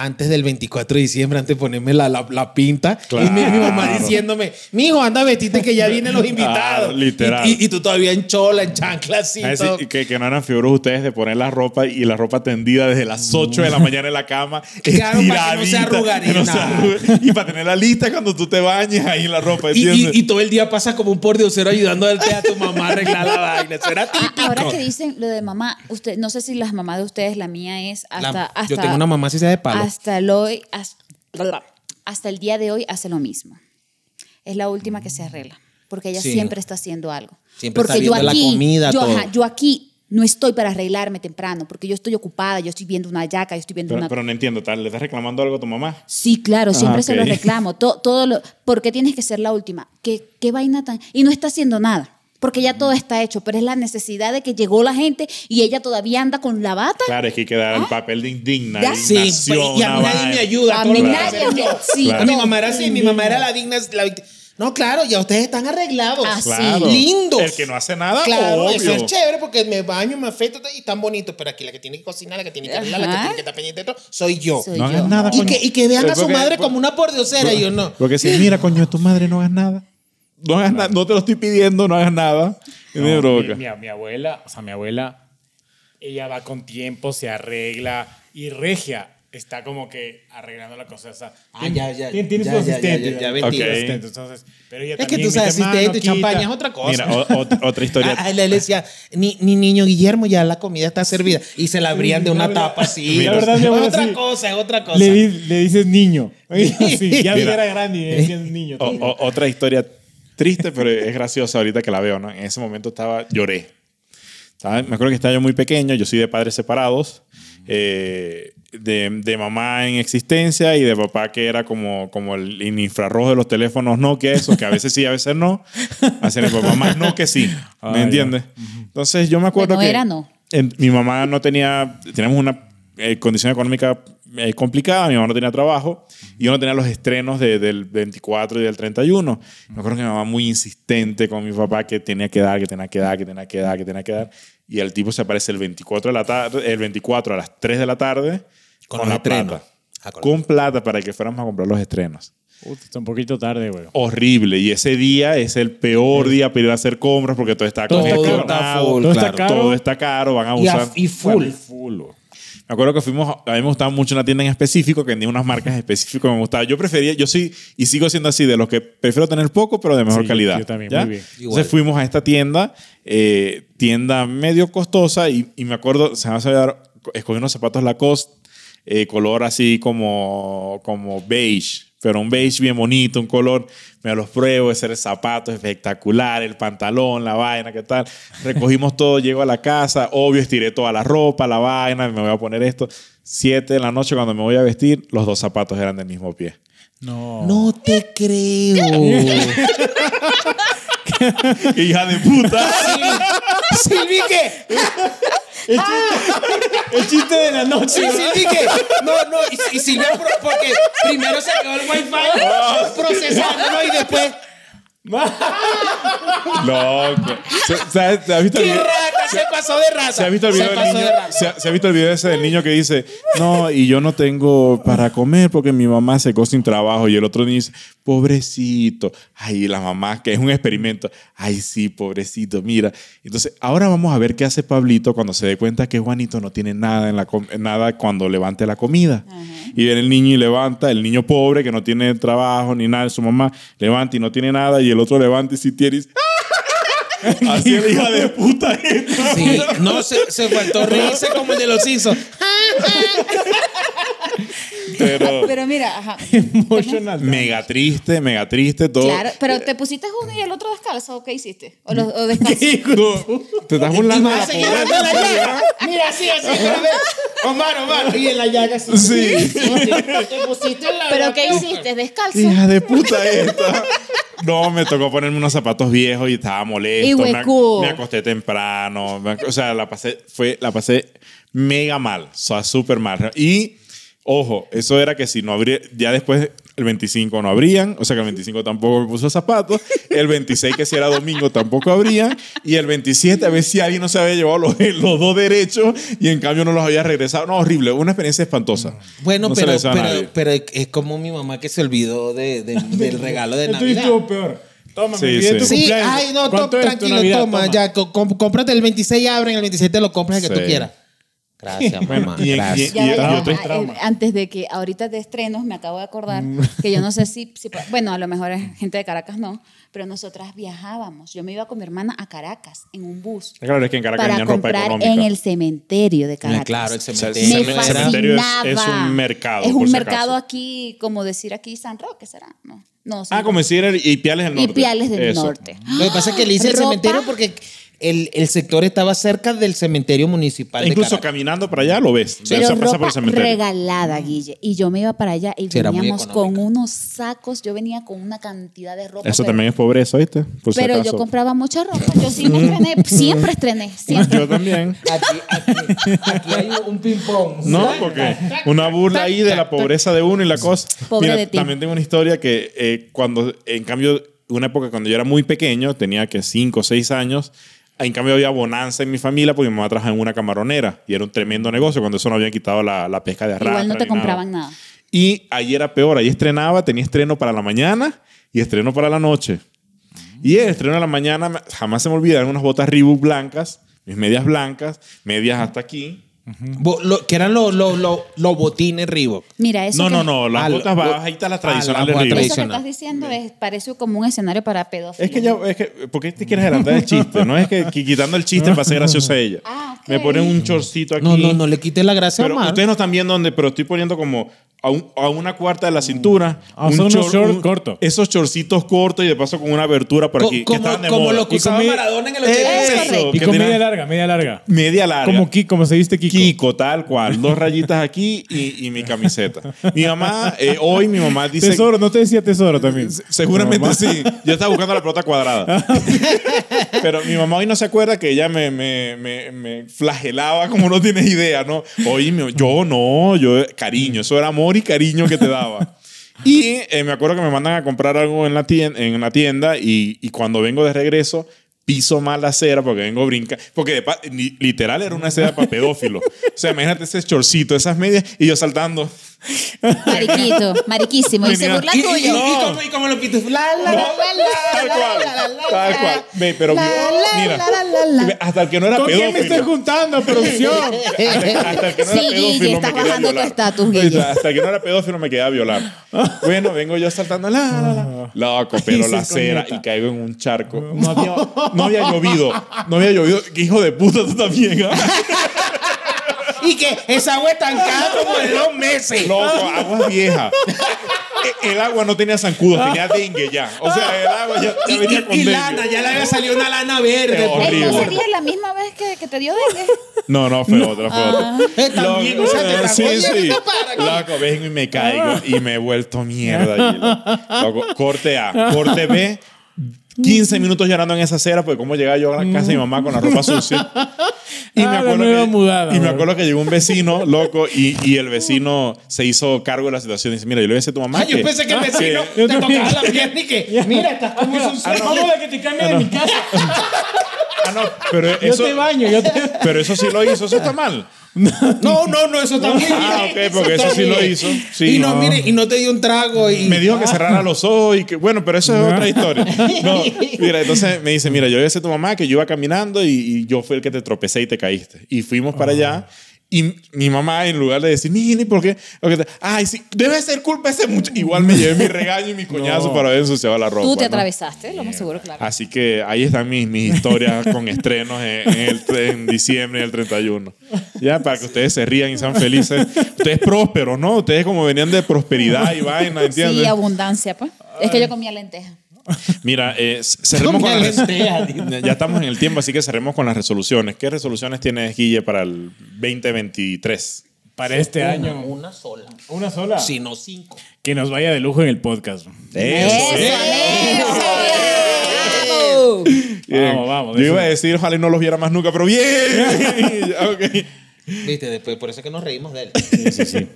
Speaker 3: antes del 24 de diciembre, antes de ponerme la, la, la pinta. Y mi, mi mamá
Speaker 4: Claro.
Speaker 3: diciéndome, mijo, anda, vestite que ya vienen los invitados.
Speaker 4: Ah, literal.
Speaker 3: Y, y- y tú todavía en chola, en chancla, así.
Speaker 4: Ah, sí,
Speaker 3: todo.
Speaker 4: y que, que no eran figuros ustedes de poner la ropa y la ropa tendida desde las 8 de la mañana en la cama.
Speaker 3: Claro, para que no se
Speaker 4: estiradita,
Speaker 3: arrugara y
Speaker 4: que no se
Speaker 3: nada.
Speaker 4: arrugue. Y para tenerla lista cuando tú te bañes ahí la ropa.
Speaker 3: Y, y-
Speaker 4: ¿entiendes?
Speaker 3: y todo el día pasa como un pordiosero ayudando a a tu mamá a arreglar la vaina. Eso era
Speaker 5: Ah,
Speaker 3: típico.
Speaker 5: ahora que dicen lo de mamá, usted, no sé si las mamás de ustedes, la mía es hasta.
Speaker 3: La-
Speaker 5: hasta
Speaker 3: yo tengo una mamá así sea de palo.
Speaker 5: Hasta el hoy, hasta, hasta el día de hoy hace lo mismo. Es la última que se arregla, porque ella
Speaker 3: Sí.
Speaker 5: siempre está haciendo algo.
Speaker 3: Siempre
Speaker 5: porque
Speaker 3: está viendo la comida,
Speaker 5: yo,
Speaker 3: todo.
Speaker 5: yo aquí no estoy para arreglarme temprano, porque yo estoy ocupada, yo estoy viendo una yaca, yo estoy viendo
Speaker 4: Pero,
Speaker 5: una...
Speaker 4: pero no entiendo, tal, ¿le estás reclamando algo a tu mamá?
Speaker 5: Sí, claro, siempre se lo
Speaker 4: ok.
Speaker 5: reclamo. To- todo lo, ¿Por qué tienes que ser la última? ¿Qué, qué vaina tan...? Y no está haciendo nada, porque ya todo está hecho, pero es la necesidad de que llegó la gente y ella todavía anda con la bata.
Speaker 4: Claro, es que hay que dar el
Speaker 3: ¿Ah?
Speaker 4: papel de indigna.
Speaker 5: Ya.
Speaker 3: Sí,
Speaker 4: indignación,
Speaker 3: pues, y a mí
Speaker 4: una
Speaker 3: nadie me
Speaker 4: vaina.
Speaker 3: ayuda.
Speaker 5: A
Speaker 3: todo
Speaker 5: mí
Speaker 3: lo que
Speaker 5: nadie
Speaker 3: hago yo.
Speaker 5: me- sí,
Speaker 3: Claro. A mi
Speaker 5: no,
Speaker 3: mamá era así, mi mamá era la digna. la vict- no, claro, ya ustedes están arreglados.
Speaker 5: Así.
Speaker 4: Claro.
Speaker 3: Lindos.
Speaker 4: El que no hace nada,
Speaker 3: Claro,
Speaker 4: obvio.
Speaker 3: eso es chévere porque me baño, me afeito y tan bonito. Pero aquí la que tiene que cocinar, la que tiene que arreglar, la que
Speaker 5: Ajá.
Speaker 3: tiene que estar pendiente de todo, soy yo.
Speaker 5: Soy
Speaker 4: No hagas
Speaker 5: yo.
Speaker 4: nada,
Speaker 3: Y
Speaker 4: coño.
Speaker 3: que, y que vean
Speaker 4: Eh,
Speaker 3: a su
Speaker 4: porque-
Speaker 3: madre
Speaker 4: por-
Speaker 3: como una pordiosera y yo no.
Speaker 4: Porque si, mira, coño, tu madre no hagas nada. No hagas nada, no te lo estoy pidiendo, no hagas nada. Y me
Speaker 1: No,
Speaker 4: provoca.
Speaker 1: mi, mi- mi abuela, o sea, mi abuela, ella va con tiempo, se arregla y regia está como que arreglando la cosa. O sea,
Speaker 3: Ah,
Speaker 1: tien-
Speaker 3: ya, ya,
Speaker 1: tien- Tiene
Speaker 3: ya,
Speaker 1: su
Speaker 3: ya, ya,
Speaker 1: asistente.
Speaker 3: ya, ya,
Speaker 1: tiene
Speaker 4: Ok.
Speaker 1: su
Speaker 3: vendí.
Speaker 1: asistente, entonces, pero ella
Speaker 3: Es que
Speaker 1: también
Speaker 3: tú sabes,
Speaker 1: mete mano,
Speaker 3: asistente,
Speaker 1: quita.
Speaker 3: champaña es otra cosa.
Speaker 4: Mira, o- ot- otra historia.
Speaker 3: Ah, él le decía, ni, ni niño Guillermo, ya la comida está servida. Y se la abrían de una tapa así.
Speaker 1: La verdad, mi
Speaker 3: es
Speaker 1: abuela
Speaker 3: otra
Speaker 1: sí.
Speaker 3: cosa, es otra cosa.
Speaker 1: Le, di- le dices niño. Sí, ya
Speaker 4: Mira. Oh,
Speaker 1: era grande y le decías niño.
Speaker 4: O- o- otra historia triste, pero es graciosa ahorita que la veo, ¿no? En ese momento estaba, lloré. Estaba- me acuerdo que estaba yo muy pequeño, yo soy de padres separados, eh, de, de mamá en existencia y de papá que era como, como el in- infrarrojo de los teléfonos Nokia, eso, que a veces sí, a veces no. Hacen el papá más no que sí,
Speaker 1: Ah,
Speaker 4: ¿me
Speaker 1: ya.
Speaker 4: entiendes? Entonces yo me acuerdo
Speaker 5: Bueno,
Speaker 4: que...
Speaker 5: era no.
Speaker 4: en- Em, mi mamá no tenía, teníamos una eh, condición económica eh, complicada, mi mamá no tenía trabajo y yo no tenía los estrenos de- del 24 y del 31. Me acuerdo que mi mamá muy insistente con mi papá que tenía que dar, que tenía que dar, que tenía que dar, que tenía que dar. Y el tipo se aparece el 24, de la tarde, el 24 a las 3 de la tarde
Speaker 3: Con los
Speaker 4: con, la
Speaker 3: estrenos.
Speaker 4: plata.
Speaker 3: Ah, con-
Speaker 4: Con plata para que fuéramos a comprar los estrenos.
Speaker 1: Puta, está un poquito tarde, güey.
Speaker 4: Horrible. Y ese día es el peor día para ir a hacer compras porque todo está
Speaker 3: Todo está
Speaker 4: congestionado,
Speaker 3: full,
Speaker 4: todo, está
Speaker 1: claro.
Speaker 4: caro. todo está caro, van a
Speaker 3: Y, a-
Speaker 4: abusar.
Speaker 3: y full.
Speaker 4: Me acuerdo que fuimos, a mí me gustaba mucho una tienda en específico que tenía unas marcas específicas que me gustaba. Yo prefería, yo sí, y sigo siendo así, de los que prefiero tener poco, pero de mejor
Speaker 1: Sí,
Speaker 4: calidad.
Speaker 1: yo también, muy bien.
Speaker 3: Igual.
Speaker 4: Entonces fuimos a esta tienda, eh, tienda medio costosa, y, y me acuerdo, se me va a olvidar, escogí unos zapatos Lacoste, eh, color así como, como beige. pero un beige bien bonito, un color, me los pruebo, ese era el zapato espectacular, el pantalón, la vaina, qué tal. Recogimos todo, llego a la casa, obvio, estiré toda la ropa, la vaina, me voy a poner esto. Siete de la noche cuando me voy a vestir, los dos zapatos eran del mismo pie.
Speaker 2: No.
Speaker 3: No te creo.
Speaker 4: ¡Hija de puta!
Speaker 3: Silvique,
Speaker 2: El chiste de la
Speaker 3: sí,
Speaker 2: noche.
Speaker 3: Silvique. No, no, y, y Silvia, pro- porque primero se quedó el wifi procesándolo y después.
Speaker 4: Loco. ¿Se, se- se ha visto el
Speaker 3: ¡Qué
Speaker 4: video?
Speaker 3: rata! Se pasó de raza.
Speaker 4: ¿Se ha visto el video
Speaker 3: Se
Speaker 4: del
Speaker 3: pasó
Speaker 4: niño?
Speaker 3: de raza.
Speaker 4: ¿Se ha, se ha visto el video ese del niño que dice, no, y yo no tengo para comer porque mi mamá se quedó sin trabajo? Y el otro niño dice, pobrecito. Ay, la mamá, que es un experimento. Ay, sí, pobrecito, mira. Entonces, ahora vamos a ver qué hace Pablito cuando se dé cuenta que Juanito no tiene nada, en la com- nada cuando levante la comida. Y viene el niño y levanta, el niño pobre que no tiene trabajo ni nada, su mamá levanta y no tiene nada, y el otro levanta y si tiene... y dice, ¡Ah! Así es la hija de puta. esta.
Speaker 3: Sí, no, se, se faltó reírse como el de los Simpsons.
Speaker 4: Pero,
Speaker 5: Pero mira, ajá.
Speaker 2: Emotional.
Speaker 4: mega triste, mega triste, todo.
Speaker 5: Claro, pero te pusiste uno y el otro descalzo, ¿o qué hiciste? ¿O, los- o descalzo?
Speaker 4: Tú- te estás burlando de la
Speaker 3: Ah, señora,
Speaker 4: pobreza.
Speaker 3: mira, mira, Mira, así, así. pero ve. Omar, Omar. Y en la llaga sí.
Speaker 4: Sí.
Speaker 3: Te pusiste en la
Speaker 5: ¿Pero qué hiciste? ¿Descalzo?
Speaker 4: Hija de puta esta. No, me tocó ponerme unos zapatos viejos y estaba molesto.
Speaker 5: Y
Speaker 4: Me ac-
Speaker 5: huecudo.
Speaker 4: Me, acosté temprano. me ac- o sea, la pasé, fue, la pasé mega mal. O sea, súper mal. Y, ojo, eso era que si no abría, ya después el 25 no abrían. O sea, que el 25 tampoco me puso zapatos. El 26, que si era domingo, tampoco abrían. Y el 27, a ver si alguien no se había llevado los, los dos derechos y en cambio no los había regresado. No, horrible. Una experiencia espantosa.
Speaker 3: Bueno,
Speaker 4: No se le
Speaker 3: pero,
Speaker 4: deseo a
Speaker 3: pero,
Speaker 4: nadie.
Speaker 3: pero es como mi mamá que se olvidó de- de- del regalo de
Speaker 2: Esto
Speaker 3: Navidad.
Speaker 2: estuvo peor. Toma,
Speaker 4: Sí,
Speaker 2: me olvidé de tu
Speaker 4: sí.
Speaker 3: Sí,
Speaker 2: cumpleaños.
Speaker 3: ay, no,
Speaker 2: ¿Cuánto
Speaker 3: to-
Speaker 2: es tu
Speaker 3: tranquilo,
Speaker 2: Navidad?
Speaker 3: toma, ya, co- com- cómprate el 26 y abren, el 27 lo compras el que
Speaker 4: Sí.
Speaker 3: tú quieras. Gracias, mamá.
Speaker 4: y en-
Speaker 3: gracias.
Speaker 5: Ya
Speaker 4: Y
Speaker 5: va, ya
Speaker 4: yo
Speaker 5: va.
Speaker 4: te-
Speaker 5: Ah, eh, Antes de que ahorita de estrenos, me acabo de acordar
Speaker 4: Mm.
Speaker 5: que yo no sé si, si- bueno, a lo mejor es gente de Caracas no, pero nosotras viajábamos. Yo me iba con mi hermana a Caracas en un bus
Speaker 4: Claro, es que en Caracas
Speaker 5: para
Speaker 4: tenían ropa
Speaker 5: comprar
Speaker 4: económica. Eh,
Speaker 5: en el cementerio de Caracas.
Speaker 3: Claro, el
Speaker 4: el
Speaker 5: me
Speaker 3: cementerio.
Speaker 4: cementerio
Speaker 3: era-
Speaker 4: fascina.
Speaker 5: fascinaba.
Speaker 4: es- es un mercado,
Speaker 5: Es
Speaker 4: por
Speaker 5: un
Speaker 4: si
Speaker 5: mercado
Speaker 4: acaso.
Speaker 5: aquí, como decir aquí San Roque, ¿será? No, no. San
Speaker 4: Ah, como
Speaker 5: Roque.
Speaker 4: decir el- y Piales del Norte.
Speaker 5: Y Piales del
Speaker 4: Eso.
Speaker 5: Norte.
Speaker 3: Lo que pasa es que le hice el
Speaker 5: ¿Ropa?
Speaker 3: cementerio porque el, el sector estaba cerca del cementerio municipal. de
Speaker 4: Incluso
Speaker 3: Caracas.
Speaker 4: caminando para allá lo ves. O sea,
Speaker 5: Pero
Speaker 4: se pasa
Speaker 5: ropa
Speaker 4: por el cementerio. Mm.
Speaker 5: regalada, Guille. Y yo me iba para allá y
Speaker 3: Sí, era muy
Speaker 5: veníamos con
Speaker 3: económica.
Speaker 5: unos sacos. Yo venía con una cantidad de ropa.
Speaker 4: Eso
Speaker 5: pero-
Speaker 4: también es pobreza, Pues, ¿viste? Por si
Speaker 5: pero
Speaker 4: acaso. Mm.
Speaker 5: yo compraba mucha ropa. Yo sí me estrené. Siempre estrené. Siempre.
Speaker 4: Yo también.
Speaker 3: Aquí, aquí- aquí hay un ping-pong.
Speaker 4: No, porque una burla ahí de la pobreza de uno y la cosa.
Speaker 5: Pobre
Speaker 4: Mira,
Speaker 5: de ti.
Speaker 4: también tengo una historia que eh, cuando, en cambio, una época cuando yo era muy pequeño, tenía que 5 o 6 años, en cambio había bonanza en mi familia porque mi mamá trabajaba en una camaronera y era un tremendo negocio cuando eso no habían quitado la, la pesca de arrastre.
Speaker 5: Igual no te
Speaker 4: ni
Speaker 5: compraban nada.
Speaker 4: Y ahí era peor, ahí estrenaba, tenía estreno para la mañana y estreno para la noche. Y el estreno de la mañana, me- jamás se me olvidan unas botas Reebok blancas, mis medias blancas, medias hasta aquí.
Speaker 3: Bo- lo- que eran los los- los- los botines Reebok.
Speaker 5: Mira, eso.
Speaker 4: no,
Speaker 5: que-
Speaker 4: no, no, las
Speaker 3: Ah, lo-
Speaker 4: botas bajitas, las
Speaker 3: ah, las
Speaker 4: tradicionales
Speaker 3: botas
Speaker 4: Reebok.
Speaker 5: Eso que
Speaker 3: tradicional.
Speaker 5: estás diciendo es, parece como un escenario para pedófilos.
Speaker 4: Es que ya, es que, ¿por qué te quieres adelantar el chiste? No es que qui- quitando el chiste para ser graciosa a ella.
Speaker 5: Ah, ok.
Speaker 4: Me ponen un chorcito aquí.
Speaker 3: No, no, no le quites la gracia a
Speaker 4: Pero
Speaker 3: Omar.
Speaker 4: ustedes no están viendo dónde, pero estoy poniendo como a, un- a una cuarta de la cintura.
Speaker 2: Ah, son unos shorts
Speaker 4: un-
Speaker 2: cortos.
Speaker 4: Esos shortcitos cortos y de paso con una abertura por
Speaker 3: Co-
Speaker 4: aquí. que
Speaker 3: como
Speaker 4: estaban de
Speaker 3: como
Speaker 4: moda.
Speaker 3: lo que Eh,
Speaker 4: Y con
Speaker 3: usaba
Speaker 4: media-
Speaker 3: Maradona en el
Speaker 5: Es
Speaker 3: 86.
Speaker 5: correcto.
Speaker 2: Y
Speaker 4: que
Speaker 2: con
Speaker 4: tenía-
Speaker 2: media larga, media larga.
Speaker 4: media larga.
Speaker 2: Como, Kiko, como se viste Kiko.
Speaker 4: Kiko, tal cual. Dos rayitas aquí y, y mi camiseta. Mi mamá, eh, hoy mi mamá dice...
Speaker 2: Tesoro, no te decía tesoro también.
Speaker 4: Seguramente
Speaker 2: Mamá.
Speaker 4: sí. Yo estaba buscando la pelota cuadrada. Pero mi mamá hoy no se acuerda que ella me, me, me, me flagelaba como no tienes idea, ¿no? Oye, mi- yo no, yo cariño, eso era amor y cariño que te daba. Y eh, me acuerdo que me mandan a comprar algo en la tienda, en la tienda y, y cuando vengo de regreso piso mal la acera porque vengo brinca porque de pa- li- literal era una acera para pedófilo. O sea, imagínate ese chorcito, esas medias y yo saltando.
Speaker 5: Mariquito, mariquísimo. Y se
Speaker 4: Mira,
Speaker 5: burla
Speaker 3: Y, y- y-
Speaker 5: tuyo.
Speaker 3: y como, y como lo quites. La, la, la, la, la,
Speaker 4: Tal
Speaker 3: la,
Speaker 4: cual,
Speaker 3: la, la, la,
Speaker 4: tal
Speaker 3: la.
Speaker 4: cual. Ve, pero
Speaker 3: La,
Speaker 4: vio-
Speaker 3: la,
Speaker 4: mira,
Speaker 3: la, la, la, la.
Speaker 4: hasta el que no era
Speaker 2: ¿Con quién me estoy
Speaker 4: pedófilo.
Speaker 2: juntando, producción?
Speaker 4: Hasta, hasta el que no
Speaker 5: Sí,
Speaker 4: era pedófilo
Speaker 5: Guille,
Speaker 4: me
Speaker 5: estás
Speaker 4: quería
Speaker 5: bajando tu
Speaker 4: violar.
Speaker 5: estatus,
Speaker 4: Ahí está,
Speaker 5: Guille.
Speaker 4: Hasta que no era pedófilo me quedaba violar. Bueno, vengo yo saltando la, la, la. Loco, pero
Speaker 2: sí,
Speaker 4: la acera
Speaker 2: coñeta.
Speaker 4: y caigo en un charco. No había, no había llovido. No había llovido. Qué hijo de puta tú también. ¿ah?
Speaker 3: Y que esa agua estancada como de dos meses.
Speaker 4: Loco, aguas viejas. E, el agua no tenía zancudos, tenía dengue ya. O sea, el agua ya, ya venía con
Speaker 3: Y
Speaker 4: dengue.
Speaker 3: lana, ya le había salido una lana verde.
Speaker 4: Qué
Speaker 3: por
Speaker 4: horrible.
Speaker 3: favor.
Speaker 5: Ese día es la misma vez que, que te dio dengue.
Speaker 4: No, no, fue otra, fue otra.
Speaker 3: Eh, también,
Speaker 4: Loco,
Speaker 3: o sea, te la
Speaker 4: sí,
Speaker 3: voy a-
Speaker 4: sí.
Speaker 3: para aquí.
Speaker 4: Loco, ven y me caigo y me he vuelto mierda. allí. Loco, corte A, corte B. 15 minutos llorando en esa acera, porque cómo llegaba yo a la casa de mi mamá con la ropa sucia. Y
Speaker 2: Ah, la nueva mudada,
Speaker 4: y me
Speaker 2: bro.
Speaker 4: acuerdo que llegó un vecino, loco, y, y el vecino se hizo cargo de la situación. Dice, mira, yo le voy a decir a tu mamá
Speaker 3: Ay, Ah, yo
Speaker 4: que-
Speaker 3: pensé que el vecino
Speaker 4: que-
Speaker 3: te tocaba la pierna y que, mira, estás como un
Speaker 2: Vamos a que te cambie de mi casa.
Speaker 4: Ah, no, pero
Speaker 2: Yo
Speaker 4: eso,
Speaker 2: te baño, yo te...
Speaker 4: pero eso sí lo hizo, eso está mal.
Speaker 3: No, no, no, eso está muy bien.
Speaker 4: Ah, ok, porque eso
Speaker 3: está
Speaker 4: sí lo
Speaker 3: bien.
Speaker 4: hizo. Sí,
Speaker 3: y no,
Speaker 4: no.
Speaker 3: mire, y no te dio un trago y. ah,
Speaker 4: me dijo que cerrara los ojos y que bueno, pero eso es otra historia. No, mira, entonces me dice, mira, yo decía a tu mamá que yo iba caminando y, y yo fui el que te tropecé y te caíste. Y fuimos para allá y mi mamá en lugar de decir, ni, ni, ¿por qué? O que te- Ay, sí, debe ser culpa ese muchacho. Igual me llevé mi regaño y mi coñazo para haber ensuciado la ropa.
Speaker 5: Tú te
Speaker 4: ¿no?
Speaker 5: atravesaste, lo más seguro, claro.
Speaker 4: Así que ahí están mis, mis historias con estrenos en, en el- en diciembre del 31. Ya, para que ustedes se rían y sean felices. Ustedes prósperos, ¿no? Ustedes como venían de prosperidad y vaina, ¿entiendes?
Speaker 5: Sí, abundancia, pues. Es que yo comía lenteja.
Speaker 4: Mira, eh, c- cerremos con
Speaker 3: Comía
Speaker 4: las-
Speaker 3: lentejas,
Speaker 4: ya estamos en el tiempo, así que cerremos con las resoluciones. ¿Qué resoluciones tienes, Guille, para el 2023?
Speaker 2: Para este año.
Speaker 3: Una sola.
Speaker 2: Una sola.
Speaker 3: Si no, cinco.
Speaker 2: Que nos vaya de lujo en el podcast.
Speaker 5: Eso,
Speaker 4: eh.
Speaker 5: amigo. Bravo.
Speaker 4: Bien.
Speaker 2: Vamos, vamos,
Speaker 4: Yo
Speaker 2: eso.
Speaker 4: iba a decir, ojalá y no los viera más nunca, pero bien. Ya, ok.
Speaker 3: Viste, después, por eso es que nos reímos de él.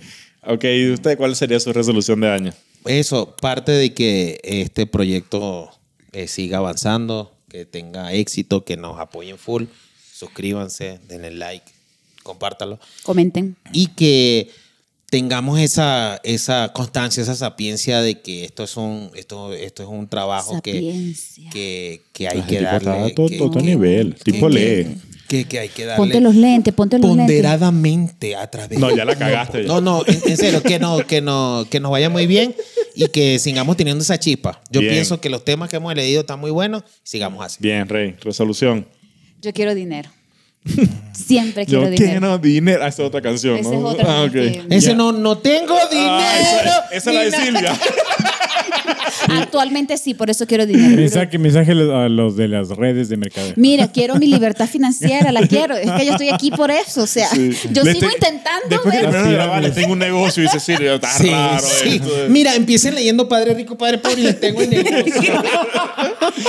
Speaker 4: Ok, ¿y usted cuál sería su resolución de año?
Speaker 3: Eso, parte de que este proyecto eh, siga avanzando, que tenga éxito, que nos apoyen full. Suscríbanse, denle like, compártalo.
Speaker 5: Comenten.
Speaker 3: y que tengamos esa, esa constancia, esa sapiencia de que esto es un, esto, esto es un trabajo que,
Speaker 5: Sapiencia.
Speaker 3: que, que hay
Speaker 4: Ah, el
Speaker 3: que
Speaker 4: tipo está
Speaker 3: darle.
Speaker 4: a todo-
Speaker 3: que-
Speaker 4: todo
Speaker 3: que-
Speaker 4: nivel.
Speaker 3: que-
Speaker 4: Tipo
Speaker 3: que-
Speaker 4: lee.
Speaker 3: Que, que hay que darle.
Speaker 5: Ponte los lentes, ponte los lentes.
Speaker 3: ponderadamente a través
Speaker 4: No, ya la cagaste.
Speaker 3: no, no, en, en serio, que, no, que, no, que nos vaya muy bien y que sigamos teniendo esa chispa. Yo
Speaker 4: Bien.
Speaker 3: pienso que los temas que hemos elegido están muy buenos, sigamos así.
Speaker 4: Bien, Rey, resolución.
Speaker 5: Yo quiero dinero. Siempre
Speaker 4: Yo
Speaker 5: quiero dinero.
Speaker 4: quiero dinero. Ah, esa es otra canción,
Speaker 5: Esa
Speaker 4: ¿no?
Speaker 5: es otra
Speaker 4: Ah, ok.
Speaker 5: canción que-
Speaker 3: Ese no, no tengo dinero.
Speaker 4: Ah, esa, esa es la
Speaker 3: ni
Speaker 4: de
Speaker 3: nada.
Speaker 4: Silvia.
Speaker 5: Actualmente sí, por eso quiero dinero.
Speaker 2: Mensaje, mensaje a los- a los de las redes de mercadeo.
Speaker 5: Mira, quiero mi libertad financiera, la quiero. Es que yo estoy aquí por eso. O sea, yo
Speaker 4: Le
Speaker 5: sigo
Speaker 4: te-
Speaker 5: intentando.
Speaker 4: Después que
Speaker 5: ver-
Speaker 4: terminaron de
Speaker 2: Las
Speaker 4: grabar, les
Speaker 2: pirámides.
Speaker 4: tengo un negocio y dice, Silvia, está
Speaker 3: Sí,
Speaker 4: raro
Speaker 3: sí.
Speaker 4: esto.
Speaker 3: Mira, empiecen leyendo Padre Rico, Padre Pobre y les tengo el negocio.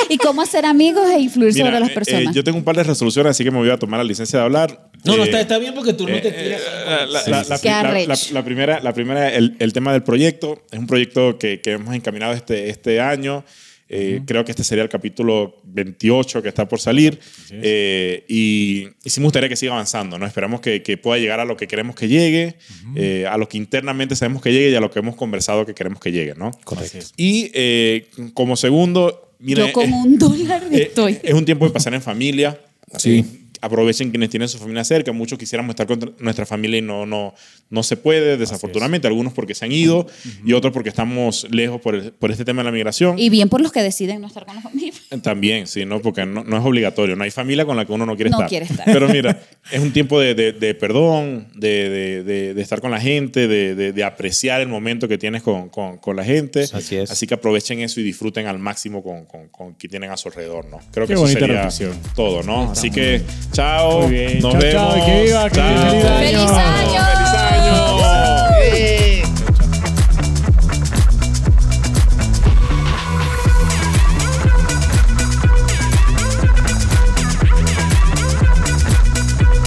Speaker 5: y cómo hacer amigos e influir
Speaker 4: Mira,
Speaker 5: sobre las
Speaker 4: eh, eh,
Speaker 5: personas.
Speaker 4: yo tengo un par de resoluciones, así que me voy a tomar la licencia de hablar.
Speaker 3: No, no,
Speaker 4: Eh,
Speaker 3: está, está bien porque tú no te
Speaker 4: eh,
Speaker 3: tiras.
Speaker 4: la- la- la-
Speaker 5: sí. Qué
Speaker 4: la- la-
Speaker 5: arrecho.
Speaker 4: la primera, la primera el, el tema del proyecto. Es un proyecto que, que hemos encaminado este, este año. Eh, Creo que este sería el capítulo 28 que está por salir. Eh, y, y sí me gustaría que siga avanzando. ¿no? Esperamos que, que pueda llegar a lo que queremos que llegue, eh, a lo que internamente sabemos que llegue y a lo que hemos conversado que queremos que llegue. ¿no?
Speaker 3: Correcto.
Speaker 4: Y eh, como segundo, mira,
Speaker 5: Yo con
Speaker 4: eh,
Speaker 5: un dólar
Speaker 4: eh,
Speaker 5: estoy.
Speaker 4: Es un tiempo de pasar en familia.
Speaker 3: Sí.
Speaker 4: Eh, aprovechen quienes tienen su familia cerca. Muchos quisiéramos estar con tr- nuestra familia y no, no, no se puede, desafortunadamente. Algunos porque se han ido y otros porque estamos lejos por, el- por este tema de la migración.
Speaker 5: Y bien por los que deciden no estar con la familia.
Speaker 4: También, sí, ¿no? Porque no, no es obligatorio. No hay familia con la que uno no quiere
Speaker 5: No
Speaker 4: estar.
Speaker 5: quiere estar.
Speaker 4: Pero mira, es un tiempo de, de- de perdón, de, de- de- de estar con la gente, de, de- de apreciar el momento que tienes con, con- con la gente.
Speaker 2: Pues
Speaker 3: Así es.
Speaker 4: Así que aprovechen eso y disfruten al máximo con, con, con quien tienen a su alrededor, ¿no? Creo
Speaker 2: Qué
Speaker 4: que eso
Speaker 2: bonita
Speaker 4: sería
Speaker 2: reflexión.
Speaker 4: todo, ¿no? Así que, chao.
Speaker 2: Muy bien.
Speaker 4: Nos
Speaker 2: Chao,
Speaker 4: vemos.
Speaker 2: chao, y que viva, que viva el
Speaker 4: Chao.
Speaker 2: feliz año.
Speaker 5: ¡Feliz año!